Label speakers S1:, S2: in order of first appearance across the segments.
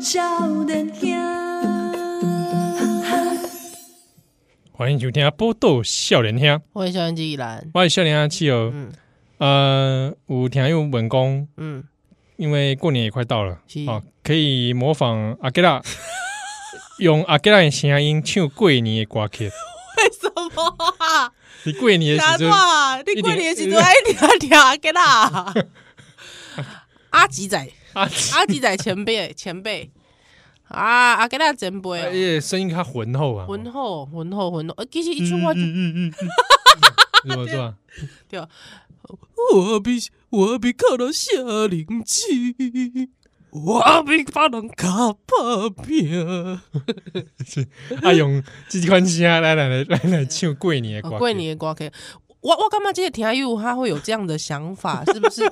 S1: 少年兄，
S2: 欢迎收听《波豆笑脸兄》，
S3: 欢迎小安吉依兰。
S2: 我是笑脸阿七哦。
S3: 嗯
S2: 呃，有听友问讲，
S3: 嗯，
S2: 因为过年也快到了
S3: 是，
S2: 哦，可以模仿阿 吉拉，用阿吉拉的声音唱过年的歌曲。
S3: 为什么 啊？
S2: 你过年的
S3: 难
S2: 时候，
S3: 怪啊你过年的时哎阵还听 听给啦。 阿吉仔，
S2: 啊，
S3: 阿吉仔前辈，前辈啊，阿给啦前辈，
S2: 且声音较浑厚啊，
S3: 浑厚，浑厚，浑厚。呃其实一
S2: 嗯
S3: 句话就
S2: 嗯嗯嗯，怎么
S3: 啊
S2: 做？
S3: 我比我比看到下邻居，我比把人卡巴边。
S2: 啊，用这款声来来来来来唱过年的歌
S3: 哦
S2: 曲。
S3: 过年的歌曲。我我感觉这个听友他会有这样的想法，是不是？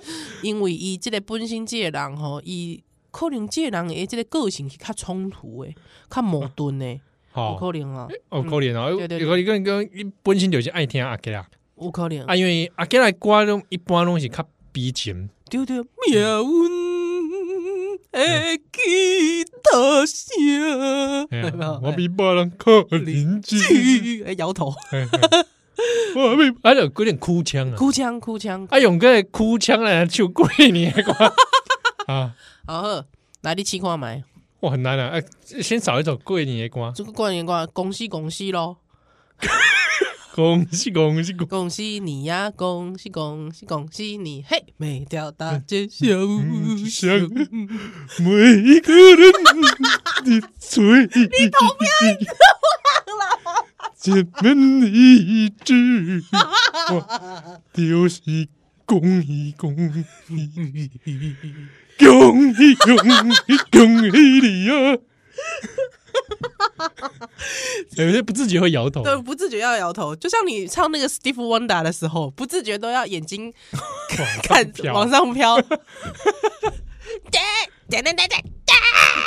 S3: 因为伊这个本身这个人吼，伊可能这个人的这个个性是较冲突的，较矛盾的，有
S2: 好
S3: 可能啊，
S2: 哦，可怜哦，
S3: 对对对嗯
S2: 有可能跟跟本身就是爱听阿吉拉。
S3: 有可能。
S2: 啊，因为阿吉来歌拢一般拢是较悲情，
S3: 对对，命运的吉他声，
S2: 嘿
S3: 有没有
S2: 啊我比别人靠邻居，
S3: 嗯哎摇头，
S2: 嘿嘿哎 我比啊，就有点哭腔啊，
S3: 哭腔哭腔。
S2: 啊，用个哭腔来唱过年 的歌啊，
S3: 好，好来你试看麦，
S2: 哇，很难啊，啊先找一首过年的歌，
S3: 这个过年歌，恭喜恭喜咯。
S2: 恭喜恭喜恭喜，
S3: 恭喜你呀、恭喜恭喜恭喜你！嘿，每条大街小巷，
S2: 每一个人的嘴，你都不要见面一致，我就是恭喜恭喜。恭喜恭喜恭喜你呀、啊！有些不自觉会摇头，
S3: 对，不自觉要摇头，就像你唱那个 Steve Wonder 的时候，不自觉都要眼睛看
S2: 飘
S3: 往上飘。
S1: 哒哒哒哒哒，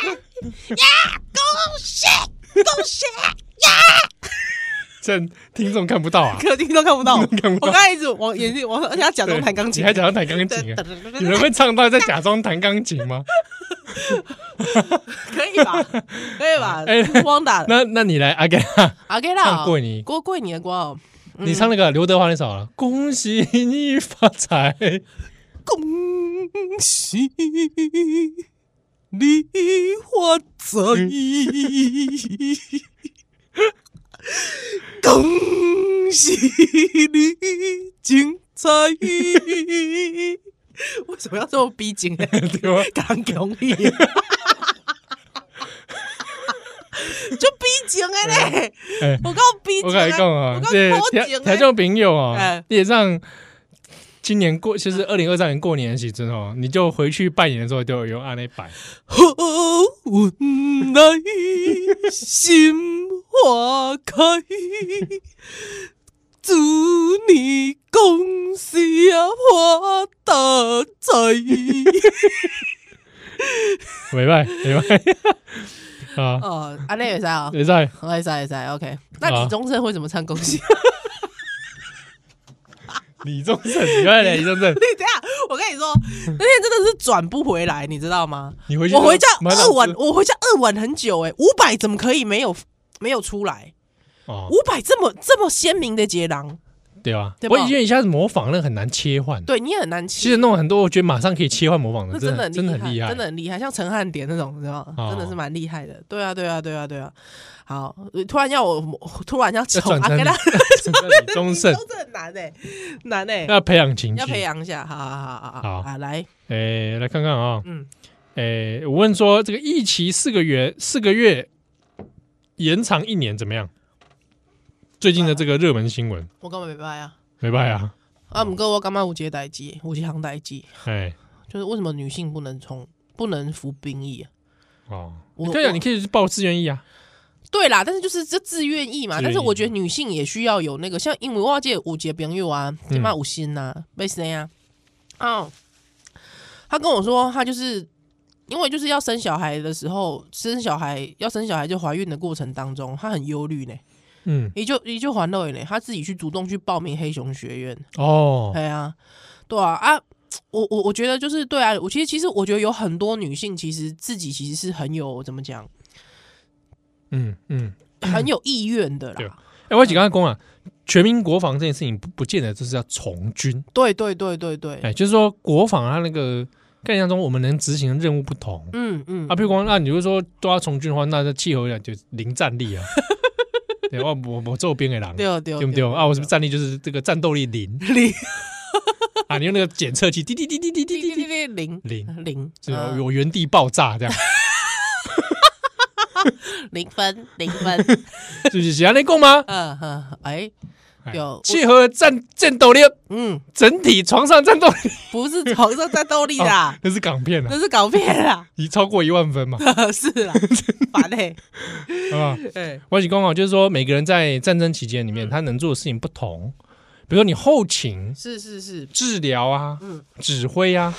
S1: 呀，恭喜恭喜！
S2: 这样听众看不到啊，
S3: 客厅都看不到，
S2: 看不到
S3: 我刚才一直往眼睛往上，而且他假装弹钢琴
S2: 你还，假装弹钢琴、啊？有人会唱到在假装弹钢琴吗？
S3: 可以吧？可以吧
S2: 哎
S3: ？Steve Wonder，
S2: 那那你来阿给他，
S3: 阿给啦，
S2: 唱过年
S3: 过过年的歌哦，
S2: 你唱那个刘德华那首 啊，恭喜你发财，
S3: 恭喜你发财，恭喜你精彩。为什么要这么逼紧呢？
S2: 对吗？
S3: 刚容易，就逼紧的嘞！
S2: 哎
S3: 我告逼
S2: 我
S3: 紧
S2: 跟你讲
S3: 啊，
S2: 啊
S3: 我，告
S2: 这
S3: 逼
S2: 台
S3: 紧
S2: 台
S3: 的。
S2: 中朋友啊
S3: 哎，嗯
S2: 你也让今年过，就是二零二三年过年的时阵哦，你就回去拜年的时候就用阿那 摆。
S3: 好运来，心花开，祝你恭喜啊发大财！
S2: 没拜没拜 啊，
S3: 哦，安内也在啊，
S2: 没在
S3: 也在也在，OK。那
S2: 啊
S3: 李宗盛会怎么唱恭喜？
S2: 李宗盛，你 快点，李宗盛，
S3: 你等一下，我跟你说，那天真的是转不回来，你知道吗？
S2: 你回去
S3: 我回家
S2: 买两
S3: 二晚
S2: 只，
S3: 我回家二晚很久哎、五百怎么可以没有没有出来？
S2: 哦，
S3: 五百这么这么鲜明的杰狼，
S2: 对吧？
S3: 对吧
S2: 我以前一下子模仿那个很难切换，
S3: 对你也很难
S2: 其
S3: 骑。
S2: 实弄很多我觉得马上可以切换模仿
S3: 那
S2: 的，
S3: 真
S2: 真
S3: 的
S2: 的真的很厉害，
S3: 真的很厉害，像陈汉典那种，你知道吗？
S2: 哦
S3: 真的是蛮厉害的。对啊，对啊，对啊，对啊。好，呃突然要我，我突然要
S2: 要
S3: 求
S2: 转
S3: 阿
S2: 成
S3: 给 他，
S2: 真的李宗 盛
S3: 都很难哎，难哎，
S2: 要培养情
S3: 要培
S2: 绪。
S3: 养一下。好好好好
S2: 好
S3: 好啊，来，
S2: 诶，来看看啊，
S3: 嗯，
S2: 诶，我问说这个疫期四个月，四个月延长一年怎么样？最近的这个热门新闻，
S3: 我根本没办啊。
S2: 没办啊，
S3: 啊，唔过我感觉有一个代志，有一项代志，
S2: 哎，
S3: 就是为什么女性不能从不能服兵役啊？
S2: 哦，
S3: 我
S2: 对啊，
S3: 我
S2: 你可以去报志愿役啊，
S3: 对啦，但是就是这自愿意嘛。
S2: 自愿
S3: 但
S2: 意
S3: 是我觉得女性也需要有那个，像因为我记得有一个朋友啊，
S2: 嗯
S3: 起码有心呐、被谁啊？哦，他跟我说，他就是因为就是要生小孩的时候，生小孩要生小孩就怀孕的过程当中，他很忧虑呢，
S2: 嗯，
S3: 也就也就还乐呢，他自己去主动去报名黑熊学院，哎
S2: 哦，
S3: 对啊，对啊啊，我我我觉得就是对啊，我其实其实我觉得有很多女性其实自己其实是很有怎么讲，
S2: 嗯嗯，
S3: 很有意愿的
S2: 对
S3: 啦。
S2: 哎、我几刚才讲啊，全民国防这件事情不不见得就是要从军，
S3: 对对对对对，
S2: 哎、就是说国防它那个概念中，我们能执行的任务不同。
S3: 嗯嗯
S2: 啊，譬如光那你就说都要从军的话，那这契合讲就零战力 啊。对，我我我周边的人，
S3: 对对
S2: 对不对啊？我是不是战力就是这个战斗力零
S3: 零
S2: 啊？你用那个检测器滴滴滴滴滴滴滴滴，
S3: 零零
S2: 零
S3: 零
S2: 是啊吧
S3: 嗯
S2: 我原地爆炸这样，
S3: 零分零 分，
S2: 是不是？是安内供吗？
S3: 嗯嗯，哎，
S2: 哎
S3: 有
S2: 契合战战斗力，
S3: 嗯，
S2: 整体床上战斗力，，
S3: 不是床上战斗力啦
S2: 那是港片啊，
S3: 那是港片啦，
S2: 已超过一万分嘛，
S3: 是 啦，烦欸嘞，
S2: 好 吧？
S3: 哎，
S2: 我起刚好就是说，每个人在战争期间里面，他能做的事情不同，比如说你后勤、
S3: 是是是，
S2: 治疗啊，
S3: 嗯，
S2: 指挥啊，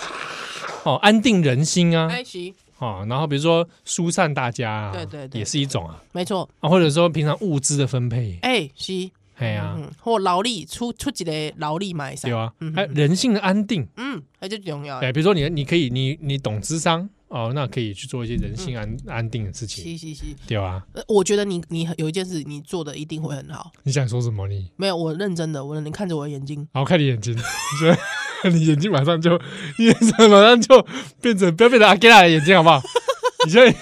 S2: 哦，安定人心啊，
S3: 哎，行，
S2: 哦，然后比如说疏散大家啊，
S3: 对对对
S2: 也是一种啊，
S3: 没错，
S2: 啊，或者说平常物资的分配，
S3: 哎，是，
S2: 哎呀，
S3: 嗯，或劳力出出一个劳力买噻
S2: 对，啊
S3: 嗯，
S2: 还有人性的安定，
S3: 嗯，那就重要，
S2: 哎，比如说你你可以你你懂智商哦，那可以去做一些人性安安定的事情，
S3: 是是是，
S2: 对啊，
S3: 呃我觉得你你有一件事你做的一定会很好，
S2: 你想说什么你？
S3: 没有，我认真的，我认你看着我的眼睛，
S2: 然后看你眼睛， 你你眼睛马上就，你眼睛马上就变成不要变成阿基拉的眼睛好 不好？你现在，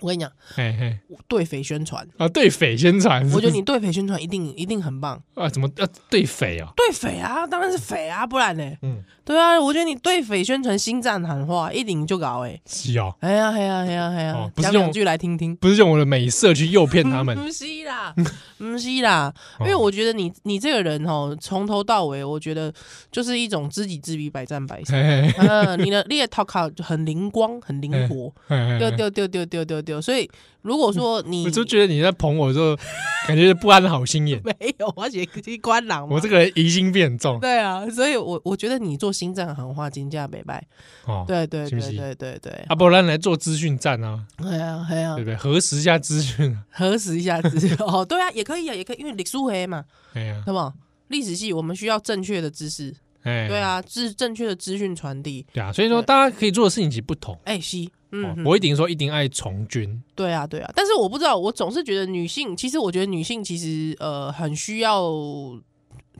S3: 我跟你讲，
S2: 嘿嘿
S3: 我对肥宣传，
S2: 啊，对匪宣传是不
S3: 我
S2: 是，
S3: 觉得你对肥宣传一定一定很棒。
S2: 啊，怎么要对匪啊？
S3: 对匪啊，当然是匪啊，不然呢？
S2: 嗯，
S3: 对啊，我觉得你对匪宣传新战喊话，一顶就搞哎、
S2: 是哦，
S3: 哎呀，哎呀，哎呀，哎
S2: 哦
S3: 呀，
S2: 不是
S3: 讲
S2: 用
S3: 两句来听听。
S2: 不是用我的美色去诱骗他们，
S3: 不是 啦，不是啦，
S2: 哦
S3: 因为我觉得你你这个人哦，从头到尾，我觉得就是一种知己知彼，百战百 胜。
S2: 嘿嘿
S3: 嗯，你的你的 talk out 很灵光，很灵活，
S2: 嘿
S3: 丢
S2: 嘿，
S3: 丢丢丢丢丢丢。所以如果说你，
S2: 我就觉嗯得你在捧我，就 感觉不安好心眼
S3: 没有，我写官狼嘛，
S2: 我这个人疑心变很重
S3: 对啊，所以我我觉得你做新战行话金价北拜，
S2: 哦。
S3: 对啊对
S2: 是
S3: 对
S2: 不是
S3: 对对对，
S2: 啊，不然来做资讯站啊，
S3: 哎呀哎呀
S2: 对，不对？核实一下资讯啊，
S3: 核实一下资料哦，对啊，也可以啊，也可以，因为历史黑嘛，
S2: 哎呀，
S3: 对啊吧？历史系我们需要正确的知识，
S2: 哎，
S3: 对，啊，是正确的资讯传递。
S2: 对啊，所以说大家可以做的事情其实不同。
S3: 哎，西，
S2: 哦
S3: 嗯，嗯
S2: 不一定说一定爱从军，
S3: 对啊，对啊，但是我不知道，我总是觉得女性，其实我觉得女性其实呃很需要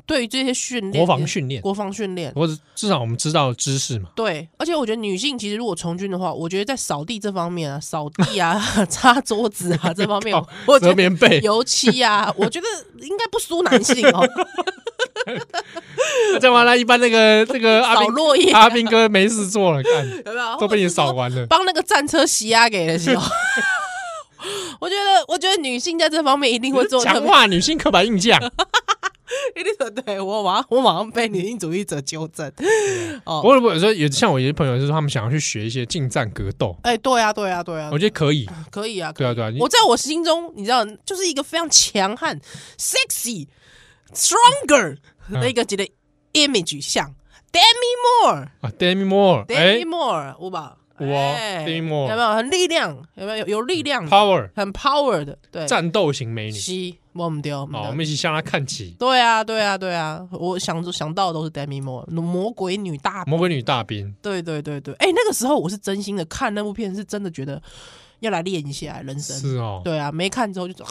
S3: 对于这些训练、
S2: 国防训练，
S3: 国防训练，
S2: 或者至少我们知道的知识嘛。
S3: 对，而且我觉得女性其实如果从军的话，我觉得在扫地这方面啊，扫地啊、 擦桌子啊这方面，我我觉
S2: 折
S3: 得
S2: 棉被，
S3: 油漆啊，我觉得应该不输男性哦，
S2: 这样完了，一般那 个那个 阿
S3: 扫
S2: 兵
S3: 落 叶
S2: 阿兵哥没事做 了，干
S3: 有没有？
S2: 都被你扫
S3: 或者是说
S2: 完了。
S3: 帮那个战车洗压给的时候， 我觉得，我觉得女性在这方面一定会做得特
S2: 强
S3: 别，
S2: 化女性刻板印象，
S3: 一定会对我马上我马上被女性主义者纠 正。 哦
S2: 我我说有像我有些朋友就是他们想要去学一些近战格斗，
S3: 哎、对啊，对啊，对啊
S2: 我，觉得可以，
S3: 可以啊，可以
S2: 对啊对啊，你
S3: 我在我心中，你知道，就是一个非常强悍、sexy、stronger 的一个这
S2: 嗯
S3: 个 image 像 Demi
S2: 啊 Demi Moore，哎
S3: Moore，Demi Moore，我吧，
S2: 哇
S3: 哎
S2: Demi Moore 嗯
S3: 有没有很力量？有没有有力量的？
S2: ，Power
S3: 很 power 的，对，
S2: 战斗型美女，哦
S3: 西忘不
S2: 好，
S3: 掉，
S2: 我
S3: 忘
S2: 们
S3: 不掉
S2: 一起向她看齐。
S3: 对啊，对啊，对啊，我想想到的都是 Demi Moore，魔鬼女大，
S2: 魔鬼女大兵，
S3: 对对对对，哎，那个时候我是真心的看那部片，是真的觉得要来练一下人生，
S2: 是哦，
S3: 对啊，没看之后就走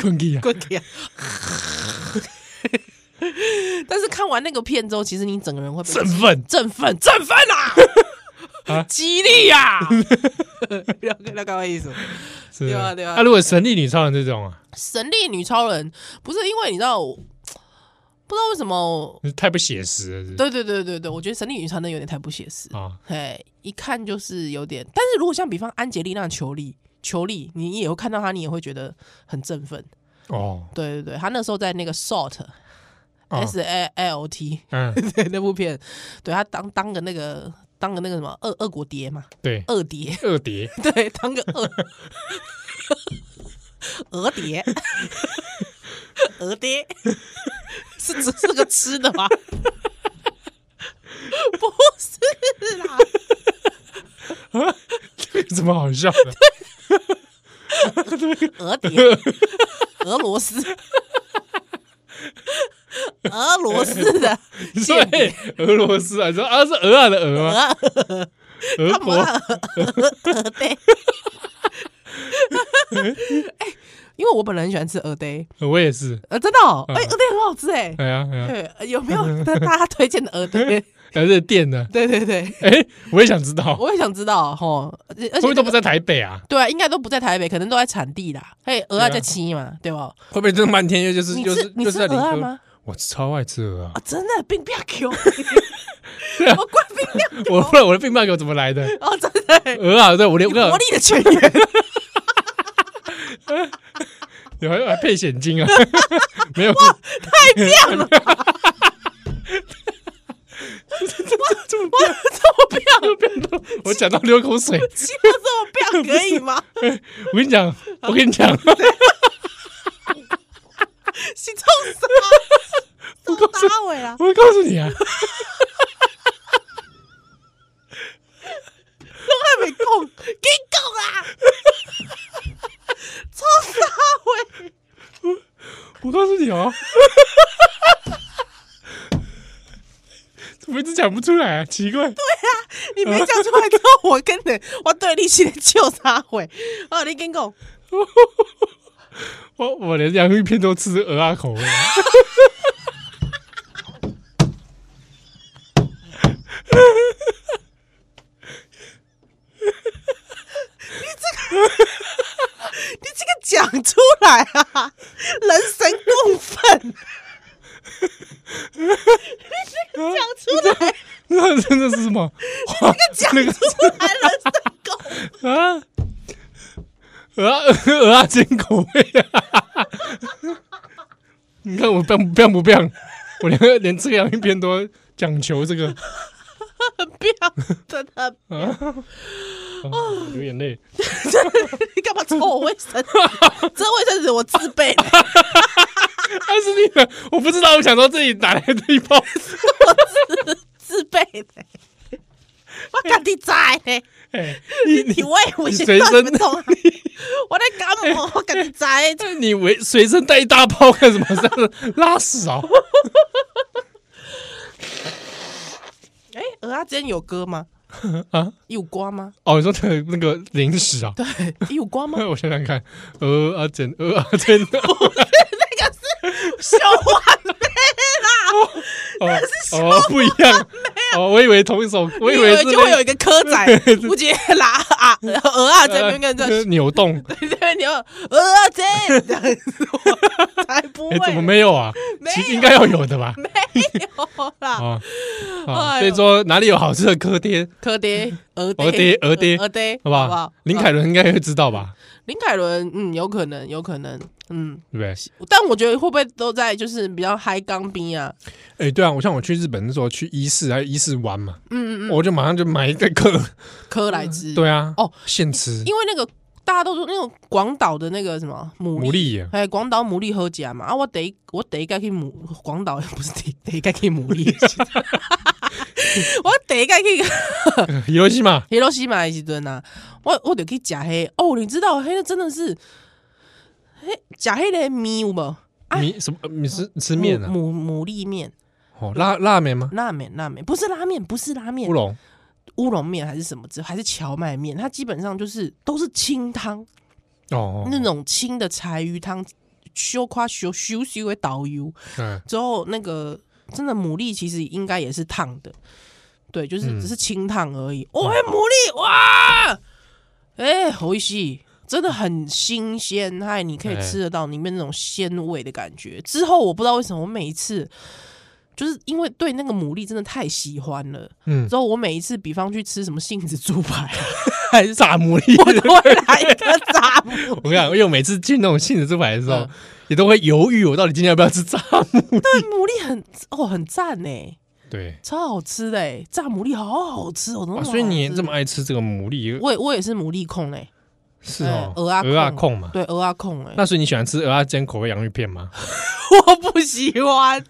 S2: 困气啊，
S3: 滚天。但是看完那个片之后，其实你整个人会被
S2: 振奋，
S3: 振奋、振奋
S2: 啊
S3: 啊，激励 呀！了解了解我的意思。
S2: 是
S3: 对啊对啊
S2: 那如果神力女超人这种啊，
S3: 神力女超人不是因为你知道，我不知道为什么？
S2: 你太不写实了，是不是
S3: 对对对对对，我觉得神力女超人有点太不写实。
S2: 啊，
S3: 哎，一看就是有点。但是如果像比方安杰丽娜·裘丽，裘丽，你也会看到她，你也会觉得很振奋。
S2: 哦，
S3: 对对对，她那时候在那个 Salt
S2: 啊
S3: S A L T
S2: 嗯，
S3: 对那部片，对他当当个那个当个那个什么二二国爹嘛，
S2: 对，
S3: 二爹，
S2: 二叠，
S3: 对，当个二 俄爹，俄爹是只是个吃的吗？ 不是啦，
S2: 这个怎么好笑的？
S3: 俄爹，俄罗斯，罗斯的
S2: 所以俄罗斯啊，你说啊是俄啊的俄吗？
S3: 啊，
S2: 俄
S3: 他
S2: 国
S3: 们 对。哎因为我本人很喜欢吃鹅呆，
S2: 我也是，
S3: 呃，真的、哦，
S2: 嗯
S3: 哎、鹅呆很好吃哎、
S2: 哎呀哎呀，
S3: 对，呃有没有 大家推荐的鹅呆？
S2: 还是电的，
S3: 对对对，
S2: 哎，我也想知道，
S3: 我也想知道吼，而且
S2: 会不
S3: 而且
S2: 会
S3: 那
S2: 都不
S3: 个
S2: 在台北啊？
S3: 对啊，应该都不在台北，可能都在产地啦。嘿，鹅啊
S2: 对啊
S3: 叫七嘛，对吧？
S2: 会不会这漫天月就是
S3: 你
S2: 就
S3: 吃
S2: 是
S3: 你
S2: 就是
S3: 吃
S2: 在林
S3: 鹅啊
S2: 科？
S3: 吗？
S2: 我超爱吃 鹅啊
S3: 啊，！真的冰冰 球，
S2: 对啊
S3: 我怪冰冰
S2: 我不然我的病 bug 怎么来的？
S3: 哦，真的，
S2: 鹅啊，对我连
S3: 你
S2: 个
S3: 魔力的泉源，
S2: 有还还配现 金啊，没有
S3: 太变了吧，
S2: 这么
S3: 哇，这么变，
S2: 我讲到流口 水。
S3: 气到这么变 可以吗？
S2: 我跟你讲，我跟你 讲，
S3: 心痛死了， 都打尾了，
S2: 我告诉你啊，
S3: 都还没供，给供啦，超傻尾，
S2: 我告诉你 哦，怎么一直讲不出来啊？奇怪，
S3: 你没讲出来之后，我跟你我对立起来就傻尾，哦，你跟讲。
S2: 我我连洋芋片都吃鹅啊口味啊。
S3: 你这个讲出来啊，人神共愤。你这个讲出来，
S2: 那真的是什么？
S3: 讲
S2: 那个
S3: 出来人神共愤，
S2: 啊，鹅啊鹅啊煎口味啊！ 你看我变变不变？我连连吃个洋芋片都讲求这个
S3: 很彪，真的。
S2: 啊，啊流眼泪。
S3: 你干嘛抽我卫生纸？这卫生纸我自备的，
S2: 但啊是你们我不知道，我想到这里哪来的一包？
S3: 自备的。我家己摘的，
S2: 哎，你
S3: 你
S2: 你
S3: 喂我
S2: 你
S3: 先
S2: 随
S3: 断
S2: 身
S3: 不动啊！我在感冒，我家己摘的。
S2: 你为随身带一大包干什么？这样拉屎啊？
S3: 哎，鹅啊，今天有歌吗？
S2: 啊？
S3: 有瓜吗？
S2: 哦，你说那个那个零食啊？
S3: 对，有瓜吗？
S2: 我想想看，鹅啊煎，鹅啊 煎，
S3: 那个是小完美啦，
S2: 哦哦不一样哦，我以为同一首，我以为是
S3: 就会有
S2: 那
S3: 一个蚵仔，不接拉啊鹅啊这边跟
S2: 呃
S3: 这
S2: 扭 动，
S3: 这边你要鹅啊这这样子，我才不
S2: 哎，
S3: 会
S2: 怎么没有啊？
S3: 没
S2: 其实
S3: 有
S2: 应该要有的吧？
S3: 有啦？
S2: 啊啊，
S3: 哎呦
S2: 所以说哪里有好吃的蚵爹，
S3: 蚵爹鹅
S2: 鹅爹鹅爹
S3: 鹅爹，
S2: 好
S3: 好
S2: 不
S3: 不
S2: 好
S3: 好？？
S2: 林凯伦应该会知道吧？
S3: 林凯伦，嗯，有可能，有可能，嗯，
S2: 对不对？
S3: 但我觉得会不会都在就是比较嗨钢兵啊？
S2: 哎、对啊，我像我去日本那时候去伊势还有伊势湾嘛，
S3: 嗯嗯嗯，
S2: 我就马上就买一个壳，
S3: 柯来之，，
S2: 对啊，
S3: 哦，
S2: 现吃
S3: 因为那个大家都说那种广岛的那个什么牡
S2: 牡
S3: 蛎。
S2: 蛎耶，
S3: 哎，广岛牡蛎好食嘛？啊，我第一我第一届去牡广岛不是第第一届去牡蛎， 我第一届 去
S2: 游戏嘛，
S3: 黑罗西马的时阵啊，我我就去食黑哦，你知道黑的真的是，嘿，食黑的面有无？哎
S2: 米什么呃米是吃面啊，
S3: 牡牡牡蛎面、
S2: 哦拉拉面吗？
S3: 拉面、拉面，不是拉面，不是拉面
S2: 乌，龙
S3: 乌龙面还是什么之，还是荞麦面，它基本上就是都是清汤，
S2: 哦哦，
S3: 那种清的柴鱼汤，修夸修修修为导游。
S2: 嗯
S3: 之后那个真的牡蛎其实应该也是烫的，对，就是
S2: 嗯
S3: 只是清烫而已。哦，嘿牡蛎哇，哎、好西真的很新鲜，嗨，你可以
S2: 哎
S3: 吃得到里面那种鲜味的感觉。之后我不知道为什么，我每一次就是因为对那个牡蛎真的太喜欢了，
S2: 嗯，
S3: 之后我每一次，比方去吃什么杏子猪排啊， 还是啥，
S2: 炸牡
S3: 我都
S2: 蛎。
S3: 会来一个炸牡 蛎。
S2: 我跟你讲，因为我每次去那种杏子猪排的时候
S3: 嗯，
S2: 也都会犹豫，我到底今天要不要吃炸牡蛎？
S3: 对，牡蛎很哦，很赞呢。
S2: 对，
S3: 超好吃的、欸，炸牡蛎好好吃哦、
S2: 啊
S3: 怎么那么好吃
S2: 所以你也这么爱吃这个牡蛎，
S3: 我也我也是牡蛎控嘞、
S2: 是哦，
S3: 哎鹅啊
S2: 鹅啊
S3: 控
S2: 控嘛。
S3: 对，鹅啊控哎、
S2: 那所以你喜欢吃鹅啊煎口味洋芋片吗？
S3: 我不喜欢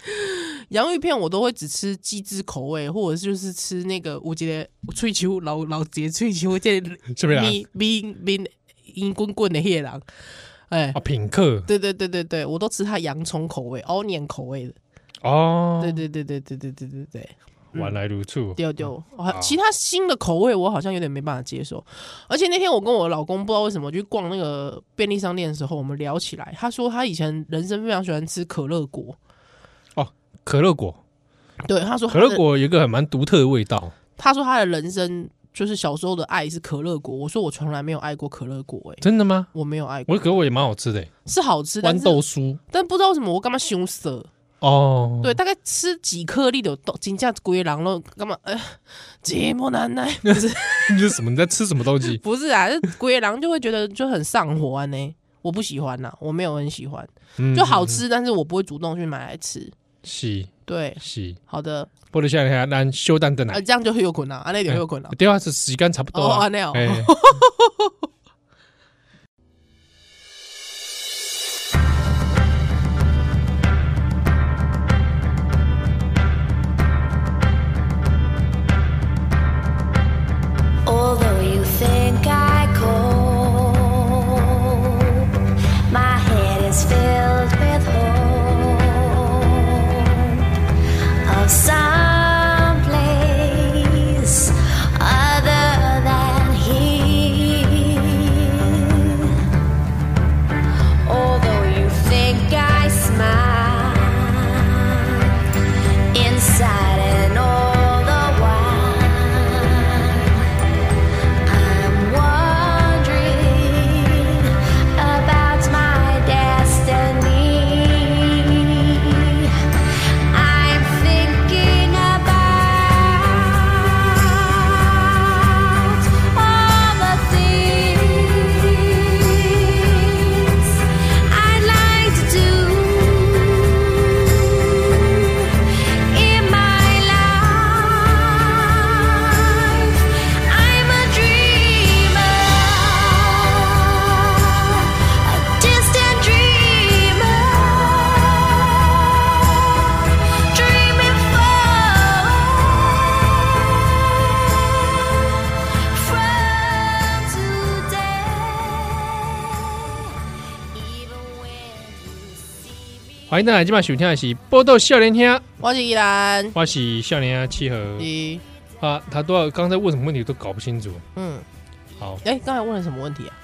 S3: 洋芋片，我都会只吃鸡汁口味，或者就是吃那个我觉得脆球老老节脆球这
S2: 是不是啊？
S3: 冰冰冰冰棍棍的黑狼，哎、
S2: 啊，品客
S3: 对对对对对，我都吃它洋葱口味、奥 n 口味的，
S2: 哦，
S3: 对对嗯对对对对对对对，嗯
S2: 原来如此，
S3: 丢丢。我还
S2: 好
S3: 其他新的口味我好像有点没办法接受。而且那天我跟我老公不知道为什么去逛那个便利商店的时候，我们聊起来，他说他以前人生非常喜欢吃可乐果，
S2: 可乐果，
S3: 哦对，他说
S2: 可乐，果有一个很蛮独特的味道，
S3: 他说他的人生就是小时候的爱是可乐果。我说我从来没有爱过可乐果、欸，哎，
S2: 真的吗？
S3: 我没有爱
S2: 我
S3: 过，
S2: 觉得可乐果也蛮好吃的，
S3: 是好吃，但
S2: 豌
S3: 是
S2: 豆酥
S3: 但不知道为什么我干嘛羞涩。
S2: 哦，
S3: 对，大概吃几颗粒的豆，金价龟狼肉干嘛？呃，这么难耐，不是
S2: 对， 你是什么？你在吃什么东 西？
S3: 不是啊，这龟狼就会觉得就很上火啊呢。我不喜欢呐、啊我没有很喜欢，
S2: 嗯
S3: 就好，吃，但是我不会主动去买来吃。
S2: 是
S3: 对，
S2: 是，
S3: 好的，
S2: 或者像你看咱小蛋的
S3: 呃，
S2: 奶，
S3: 这样就会有困难啊，那点会有困难。
S2: 对啊，是时间差不多
S3: 哦，
S2: 啊
S3: 啊，那样哦，
S2: 哎，
S4: Although you think I cope, my head is filled with hope of some place other than here. Although you think I smile inside and all the while. I'm wondering about my destiny. I'm thinking about all the things I'd like to do in my life. I'm a dreamer, a distant dreamer, dreaming far from today. Even when you see me.
S2: 欢迎大家今晚收听的是《波豆笑莲听》，
S3: 我是依兰，
S2: 我是笑莲啊七和
S3: 一，
S2: 啊，他多少刚才问什么问题都搞不清楚。
S3: 嗯，
S2: 好，
S3: 哎，刚才问了什么问 题啊？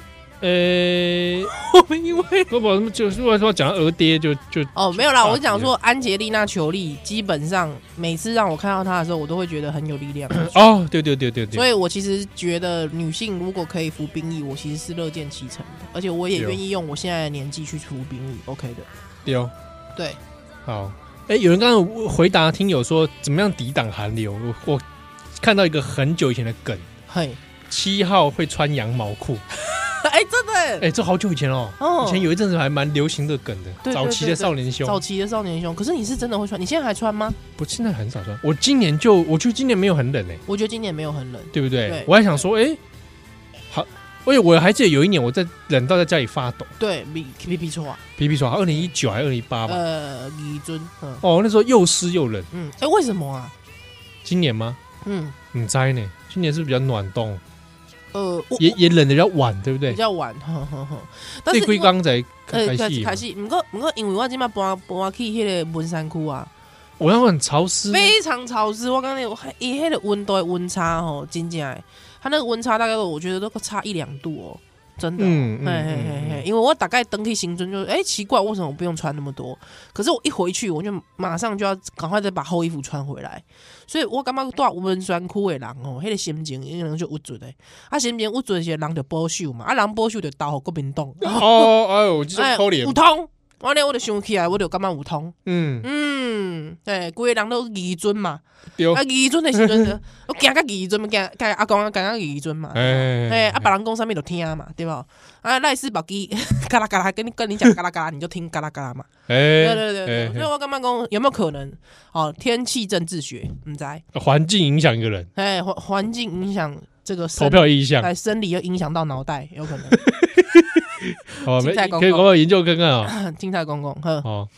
S2: 呃，
S3: 我们因为
S2: 不不，就是 我说讲到鹅爹就就
S3: 哦，没有啦，
S2: 话题
S3: 我讲说安杰丽娜·裘丽，基本上每次让我看到她的时候，我都会觉得很有力 量。
S2: 哦，对对对对对，
S3: 所以我其实觉得女性如果可以服兵役，我其实是乐见其成的，而且我也
S2: 有
S3: 愿意用我现在的年纪去服兵役，OK 的。
S2: 丢、
S3: 对，
S2: 哦好，哎、有人刚刚回答听友说怎么样抵挡寒流，我我看到一个很久以前的梗，
S3: 嘿，
S2: 七号会穿羊毛裤，
S3: 哎、真的、
S2: 哎、这好久以前哦，
S3: 哦
S2: 以前有一阵子还蛮流行的梗的，
S3: 对对
S2: 早期的少年
S3: 早
S2: 兄，
S3: 期的少年胸，可是你是真的会穿，你现在还穿吗？
S2: 不，现在很少穿，我今年就我觉得今年没有很冷哎、
S3: 我觉得今年没有很冷。
S2: 对不对？
S3: 对
S2: 我还想说，哎、好，喂，我还记得有一年我在冷到在家里发抖，
S3: 对，比比比错啊，
S2: 皮皮说二零一九还二零一八吧。
S3: 呃，李尊，嗯
S2: 哦，那时候又湿又冷，
S3: 嗯，哎、为什么啊？
S2: 今年吗？
S3: 嗯，
S2: 你猜呢？今年是不是比较暖冬，
S3: 呃，我
S2: 也也冷的比较晚，对不对
S3: 比？较晚， 哼哼哼。但
S2: 这
S3: 是
S2: 几
S3: 因为
S2: 刚才
S3: 呃
S2: 开戏，
S3: 开始，不过不过，因为我今麦搬搬去迄个文山区啊，
S2: 我要很潮湿，
S3: 非常潮湿。我刚才我伊迄个温度的温差吼，真正的，它那个温差大概我觉得都差一两度哦，真的哦、
S2: 嗯嗯
S3: 嘿嘿嘿
S2: 嗯
S3: 嘿，因为我大概登去行程就，哎、奇怪，为什么我不用穿那么多？可是我一回去，我就马上就要赶快再把厚衣服穿回来。所以我感觉带温酸裤的人
S2: 嗯
S3: 哦，迄、个心情应该就有准的。啊，心情有准是人就保守嘛，啊，人保守就倒互国民党。
S2: 哦，哎呦，我就是抠脸
S3: 啊有，通，我咧我就想起来，我就感觉有通。
S2: 嗯，
S3: 嗯，哎，规个人都疑尊嘛，
S2: 丢
S3: 啊，，疑尊的时阵，我惊个疑尊，惊惊阿公啊，惊个疑尊嘛。哎，
S2: 哎
S3: 啊，别人讲啥物就听嘛，对吧？啊，赖斯把机 嘎啦嘎啦，跟你跟 你讲嘎啦嘎啦，你就听嘎啦嘎啦嘛。对对对对，所以
S2: 哎，
S3: 我干嘛讲有没有可能？哦，天气政治学，唔知道，
S2: 环境影响一个人，
S3: 哎，环环境影响这个生
S2: 投，票意向，
S3: 哎，生理又影响到脑袋，有可能。
S2: 哦，没
S3: 竞赛公
S2: 可以
S3: 告
S2: 搞我研究看看啊，
S3: 金太公公，呵，
S2: 哦，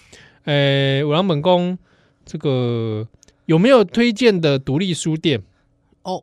S2: 哎，五郎本宫这个有没有推荐的独立书店？
S3: 哦，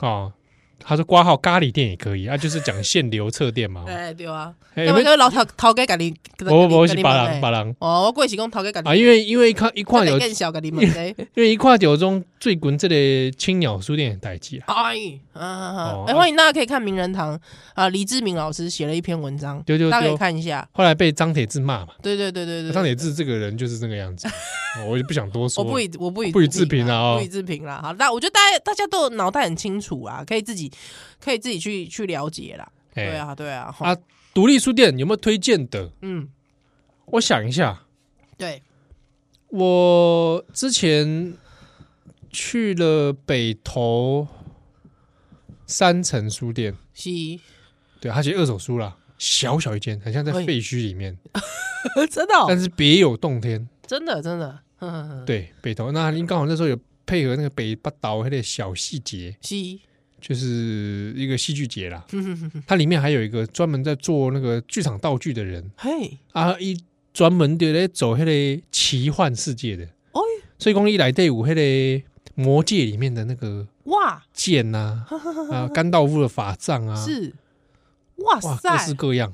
S2: 啊，他说挂号咖喱店也可以啊，就是讲限流测店嘛。
S3: 哎，对啊，
S2: 哎
S3: 要不然就老头头家家己，
S2: 我我我是
S3: 把
S2: 巴郎巴郎
S3: 哦，我过去是讲头家家己
S2: 啊，因为因为看一看有，
S3: 更小家己问 的。
S2: 因为一看有中最滚这类青鸟书店的代际啊。
S3: 哎，啊啊
S2: 哦
S3: 啊！哎，欢迎大家可以看名人堂啊，李志明老师写了一篇文章，
S2: 对对
S3: 大家可
S2: 对
S3: 以看一下。
S2: 后来被张铁志骂嘛，
S3: 对对对对对，
S2: 张铁志这个人就是这个样子， 哦我就不想多说
S3: 我
S2: 了。
S3: 不以我不以
S2: 不予置评啊
S3: 啦，
S2: 哦
S3: 不予置评啦。好，那我觉得大家大家都脑袋很清楚啊，可以自己可以自己去去了解啦。
S2: 哎
S3: 对啊，对啊，
S2: 啊，独立书店有没有推荐的？
S3: 嗯，
S2: 我想一下，
S3: 对，
S2: 我之前去了北投三层书店，
S3: 是，
S2: 对，它其实二手书啦，小小一间，很像在废墟里面，
S3: 真的哦
S2: 但是别有洞天。
S3: 真的真的，哼哼 哼
S2: 对，北投那您刚好那时候有配合那个北八岛那个小细节，
S3: 是，
S2: 就是一个戏剧节啦，
S3: 哼哼哼哼
S2: 它里面还有一个专门在做那个剧场道具的人
S3: 嘿，
S2: 啊，一专门的咧走那个奇幻世界的，
S3: 哦
S2: 所以讲一来队伍那个魔界里面的那个。
S3: 哇，
S2: 剑呐、啊， 啊，甘道夫的法杖啊，
S3: 是，哇
S2: 哇，各式
S3: 塞，
S2: 各样，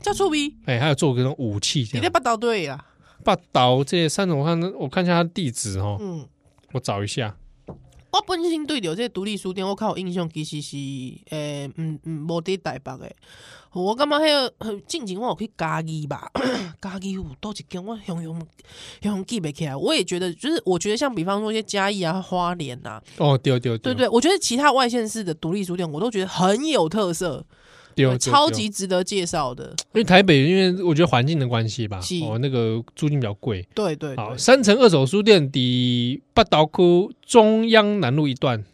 S3: 叫出逼，
S2: 哎、还有做各种武器这
S3: 你在
S2: 样。
S3: 不倒对啦，
S2: 霸岛这三种，我看我看一下它地址哦，
S3: 嗯。
S2: 我找一下。
S3: 我本身对着这独立书店，我较有印象其实是诶，嗯嗯，无伫台北诶。我感觉迄、那个呃近前我有去嘉义吧， 嘉义有多一间我雄雄雄记袂起来。我也觉得，就是我觉得像比方说一些嘉义啊、花莲啊，
S2: 哦，丢丢
S3: 对
S2: 丢
S3: 不对？我觉得其他外县市的独立书店，我都觉得很有特色，呃
S2: 丢，
S3: 超
S2: 对
S3: 级值得介绍的。
S2: 因为台北，因为我觉得环境的关系吧
S3: 是，
S2: 哦，那个租金比较贵。
S3: 对对
S2: 好，
S3: 对，
S2: 三层二手书店抵八岛区中央南路一段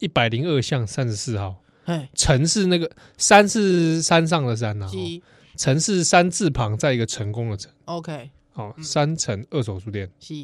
S2: 一百零二巷三十四号，
S3: 哎，
S2: 城是那个山是山上的山呐、啊，哦
S3: 是
S2: 城是山字旁在一个成功的城。
S3: OK，
S2: 哦，
S3: 嗯
S2: 三层二手书店。
S3: 是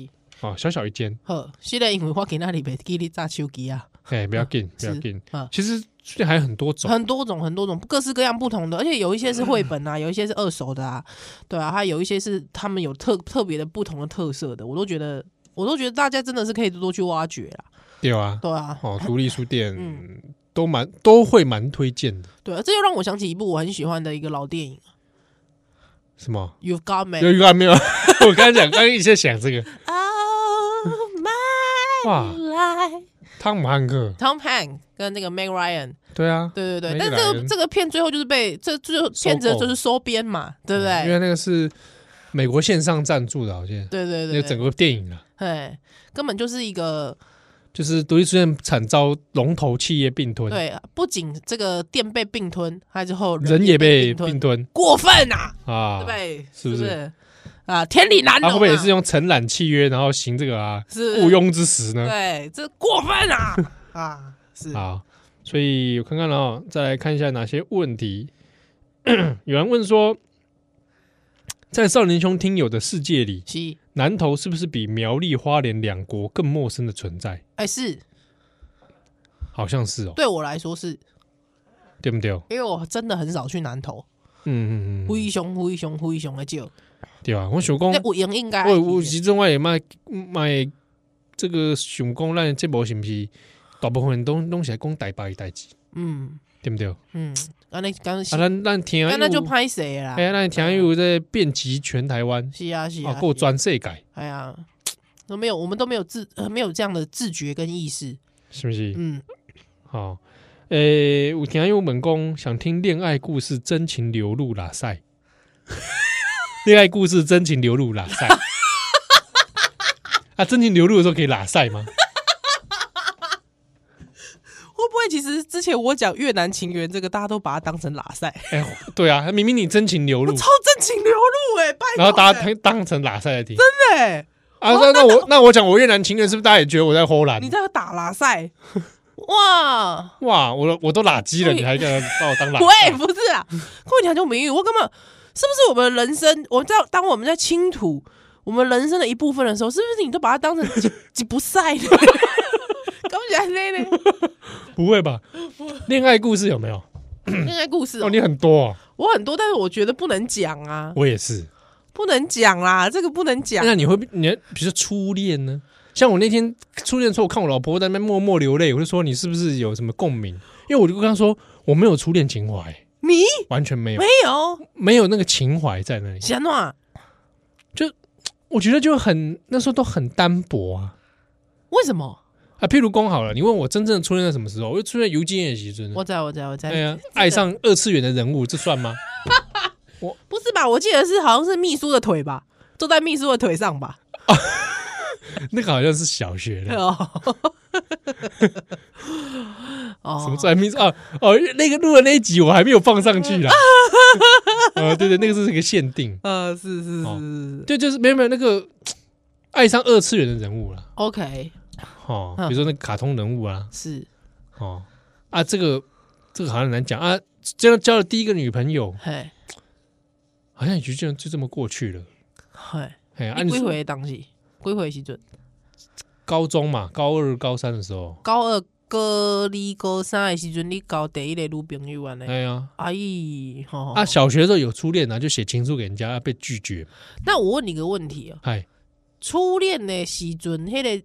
S2: 哦，小小一间，
S3: 好。现在因为我今仔日袂记咧炸手机啊。
S2: 哎，不要紧，不
S3: 是
S2: 要紧
S3: 啊。
S2: 其实书店还有很多种，
S3: 很多种，很多种，各式各样不同的，而且有一些是绘本啊，
S2: 嗯
S3: 有一些是二手的啊，对啊，还有一些是他们有特特别的不同的特色的，我都觉得，我都觉得大家真的是可以多多去挖掘啦，
S2: 对啊，
S3: 对啊，
S2: 哦，独立书店
S3: 嗯
S2: 都蛮都会蛮推荐的。
S3: 对啊，这又让我想起一部我很喜欢的一个老电影
S2: 什么？
S3: 《You've Got Me
S2: 有》一个没有？ 我刚才讲，刚刚一直在想这个。
S3: Oh my
S2: 哇，
S3: life，
S2: 汤姆汉克，
S3: Tom Hanks 跟那个 Meg Ryan，
S2: 对啊，
S3: 对对
S2: Meg
S3: 对，但这个
S2: Ryan
S3: 这个片最后就是被这最后
S2: 收
S3: 片子
S2: 购嗯
S3: 就是收编嘛，对不
S2: 因为
S3: 对？
S2: 那个是美国线上赞助的，好像
S3: 对对
S2: 那
S3: 对
S2: 个整
S3: 对，
S2: 个电影啊，
S3: 哎，根本就是一个
S2: 就是独立书店惨遭龙头企业并吞，
S3: 对，不仅这个店被并吞，还之后
S2: 人也被
S3: 并吞，
S2: 并吞
S3: 过分啊，对
S2: 啊
S3: 不。对？
S2: 是不是
S3: 是啊？天理难
S2: 他
S3: 容、啊，
S2: 会不会也是用承揽契约，然后行这个啊
S3: 是
S2: 雇佣之实呢？
S3: 对，这过分 啊啊！是
S2: 好，所以我看看了哦，再来看一下哪些问题。 有人问说，在少年兄听友的世界里，
S3: 是
S2: 南投是不是比苗栗、花莲两国更陌生的存在？
S3: 哎、是
S2: 好像是哦，
S3: 对我来说是，
S2: 对不对？嗯
S3: 因为我真的很少去南投，
S2: 嗯嗯嗯，
S3: 灰熊灰熊灰熊的就，
S2: 对啊，我想讲
S3: 那，我赢应该
S2: 我我其实我也卖卖这个想讲，咱这部是不是大部分人都拢是在讲台北的代志，
S3: 嗯
S2: 对不对？啊，
S3: 嗯，啊那刚刚
S2: 咱咱听友
S3: 那那就拍谁啦
S2: 哎？呀，咱听友在遍及全台湾，
S3: 是啊是
S2: 啊，
S3: 啊，
S2: 够
S3: 是啊
S2: 专世界。
S3: 哎呀，都没有，我们都没有自、呃、没有这样的自觉跟意识，
S2: 是不是？
S3: 嗯，
S2: 好，诶、我听友们讲想听恋爱故事，真情流露啦塞。 恋爱故事真情流露啦塞。 啊，真情流露的时候可以拉塞吗？
S3: 会不会其实之前我讲越南情缘这个，大家都把它当成拉塞，
S2: 哎、对啊，明明你真情流露
S3: 我， 超真情流露哎、拜托、
S2: 然后大家
S3: 哎
S2: 当当成拉塞来听。
S3: 真的、欸，
S2: 啊，那那我那我讲我越南情人是不是大家也觉得我在偷懒
S3: 你？在打拉 塞，哇，
S2: 哇，我都我都拉鸡了，
S3: 喂
S2: 你还敢把我当拉
S3: 喂，
S2: 塞？
S3: 不是啊，过年就名誉，我根本是不是我们人生，我们在当我们在倾吐我们人生的一部分的时候，是不是你都把它当成 几几不塞 呢？搞起来嘞嘞，
S2: 不会吧？恋爱故事有没有？
S3: 恋爱故事、
S2: 哦，
S3: 哦，
S2: 你很多、哦，
S3: 我很多，但是我觉得不能讲啊，
S2: 我也是。嗯
S3: 不能讲啦，这个不能讲。
S2: 那你会你比如说初恋呢？像我那天初恋的时候，我看我老婆在那边默默流泪，我就说你是不是有什么共鸣？因为我就跟她说我没有初恋情怀，
S3: 你
S2: 完全没有
S3: 没，有，
S2: 没有那个情怀在那里。
S3: 喜诺，啊
S2: 我觉得就很那时候都很单薄啊
S3: 为什么？
S2: 啊！譬如公好了，你问我真正的初恋在什么时候？我就初恋尤金也喜尊。
S3: 我在我在我在
S2: 哎，呀，爱上二次元的人物，这算吗？
S3: 不是吧？我记得是好像是秘书的腿吧，坐在秘书的腿上吧。
S2: 那个好像是小学 的，
S3: 哦，哦
S2: 什么算命啊？哦，那个录的那一集我还没有放上去 啦。啊，对对，那个是一个限定，
S3: 呃，是是是
S2: 哦
S3: 是、
S2: 对，就是没有没有那个爱上二次元的人物啦。
S3: o k
S2: 哦，
S3: 嗯
S2: 比如说那个卡通人物啊，
S3: 是，
S2: 哦啊，这个这个好像很难讲啊。交交了第一个女朋友，
S3: 嘿，
S2: 好像也就这样就这么过去了。
S3: 嘿，
S2: 哎，啊，
S3: 你
S2: 你
S3: 归
S2: 说
S3: 回当时，归回时阵，
S2: 高中嘛，高二高三的时候，
S3: 高二、高二、高三的时阵，你交第一个女朋友安尼，
S2: 哎呀
S3: 哎，吼、
S2: 啊，小学的时候有初恋啊，就写情书给人家，啊被拒绝。
S3: 那我问你个问题哦，
S2: 哎，
S3: 初恋的时阵，迄、那个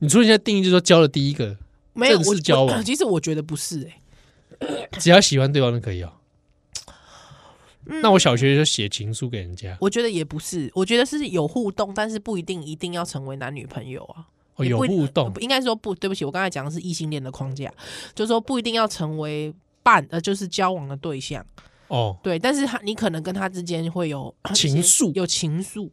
S2: 你初恋现在定义就是说交了第一个，
S3: 没有
S2: 正式
S3: 我
S2: 交往
S3: 我 其实我觉得不是哎、
S2: 只要喜欢对方就可以哦。
S3: 嗯
S2: 那我小学就写情书给人家，
S3: 我觉得也不是，我觉得是有互动，但是不一定一定要成为男女朋友啊。
S2: 哦，
S3: 也
S2: 有
S3: 不一定
S2: 互动
S3: 不应该说不，对不起，我刚才讲的是异性恋的框架，就是说不一定要成为伴，呃，就是交往的对象，
S2: 哦，
S3: 对，但是他你可能跟他之间会有 一些
S2: 情愫
S3: 有情愫，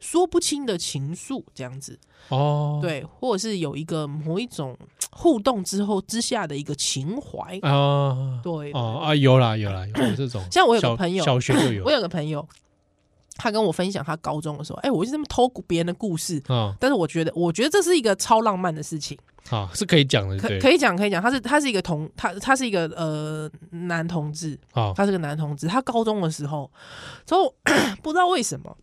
S3: 说不清的情愫这样子，
S2: 哦，
S3: 对，或者是有一个某一种互动之后之下的一个情怀，
S2: 啊，
S3: 对，。
S2: 哦啊，有啦有啦，有这种
S3: 像我有个
S2: 小
S3: 朋友
S2: 小学就有
S3: 我有个朋友，他跟我分享他高中的时候，哎、我就这么偷别人的故事，
S2: 啊，
S3: 但是我觉得，我觉得这是一个超浪漫的事情。
S2: 好是可以讲的，
S3: 可
S2: 对，
S3: 可以讲，可以讲，他是他是一个同他他是一个呃男同志，
S2: 好
S3: 他是个男同志。他高中的时候，之后 不知道为什么，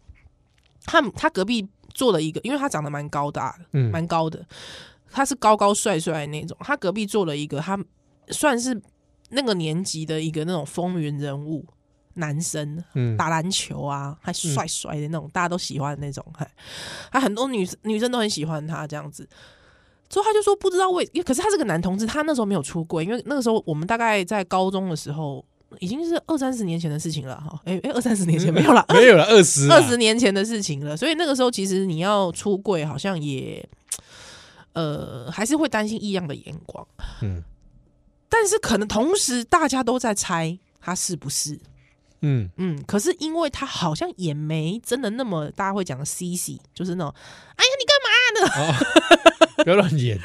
S3: 他他隔壁坐了一个，因为他长得蛮高大的，
S2: 嗯
S3: 蛮高的，他是高高帅帅的那种。他隔壁坐了一个，他算是那个年级的一个那种风云人物。男生
S2: 嗯
S3: 打篮球啊，还帅帅的那种，大家都喜欢的那种。还，还很多女女生都很喜欢他这样子。之后他就说不知道为，因为可是他是个男同志，他那时候没有出柜，因为那个时候我们大概在高中的时候，已经是二三十年前的事情了哈。哎哎，二三十年前没有啦，
S2: 没有了二十
S3: 二十年前的事情了。所以那个时候其实你要出柜，好像也呃还是会担心异样的眼光，
S2: 嗯
S3: 但是可能同时大家都在猜他是不是。
S2: 嗯
S3: 嗯，可是因为他好像也没真的那么大家会讲的 CC，就是那种哎
S2: 不要乱演，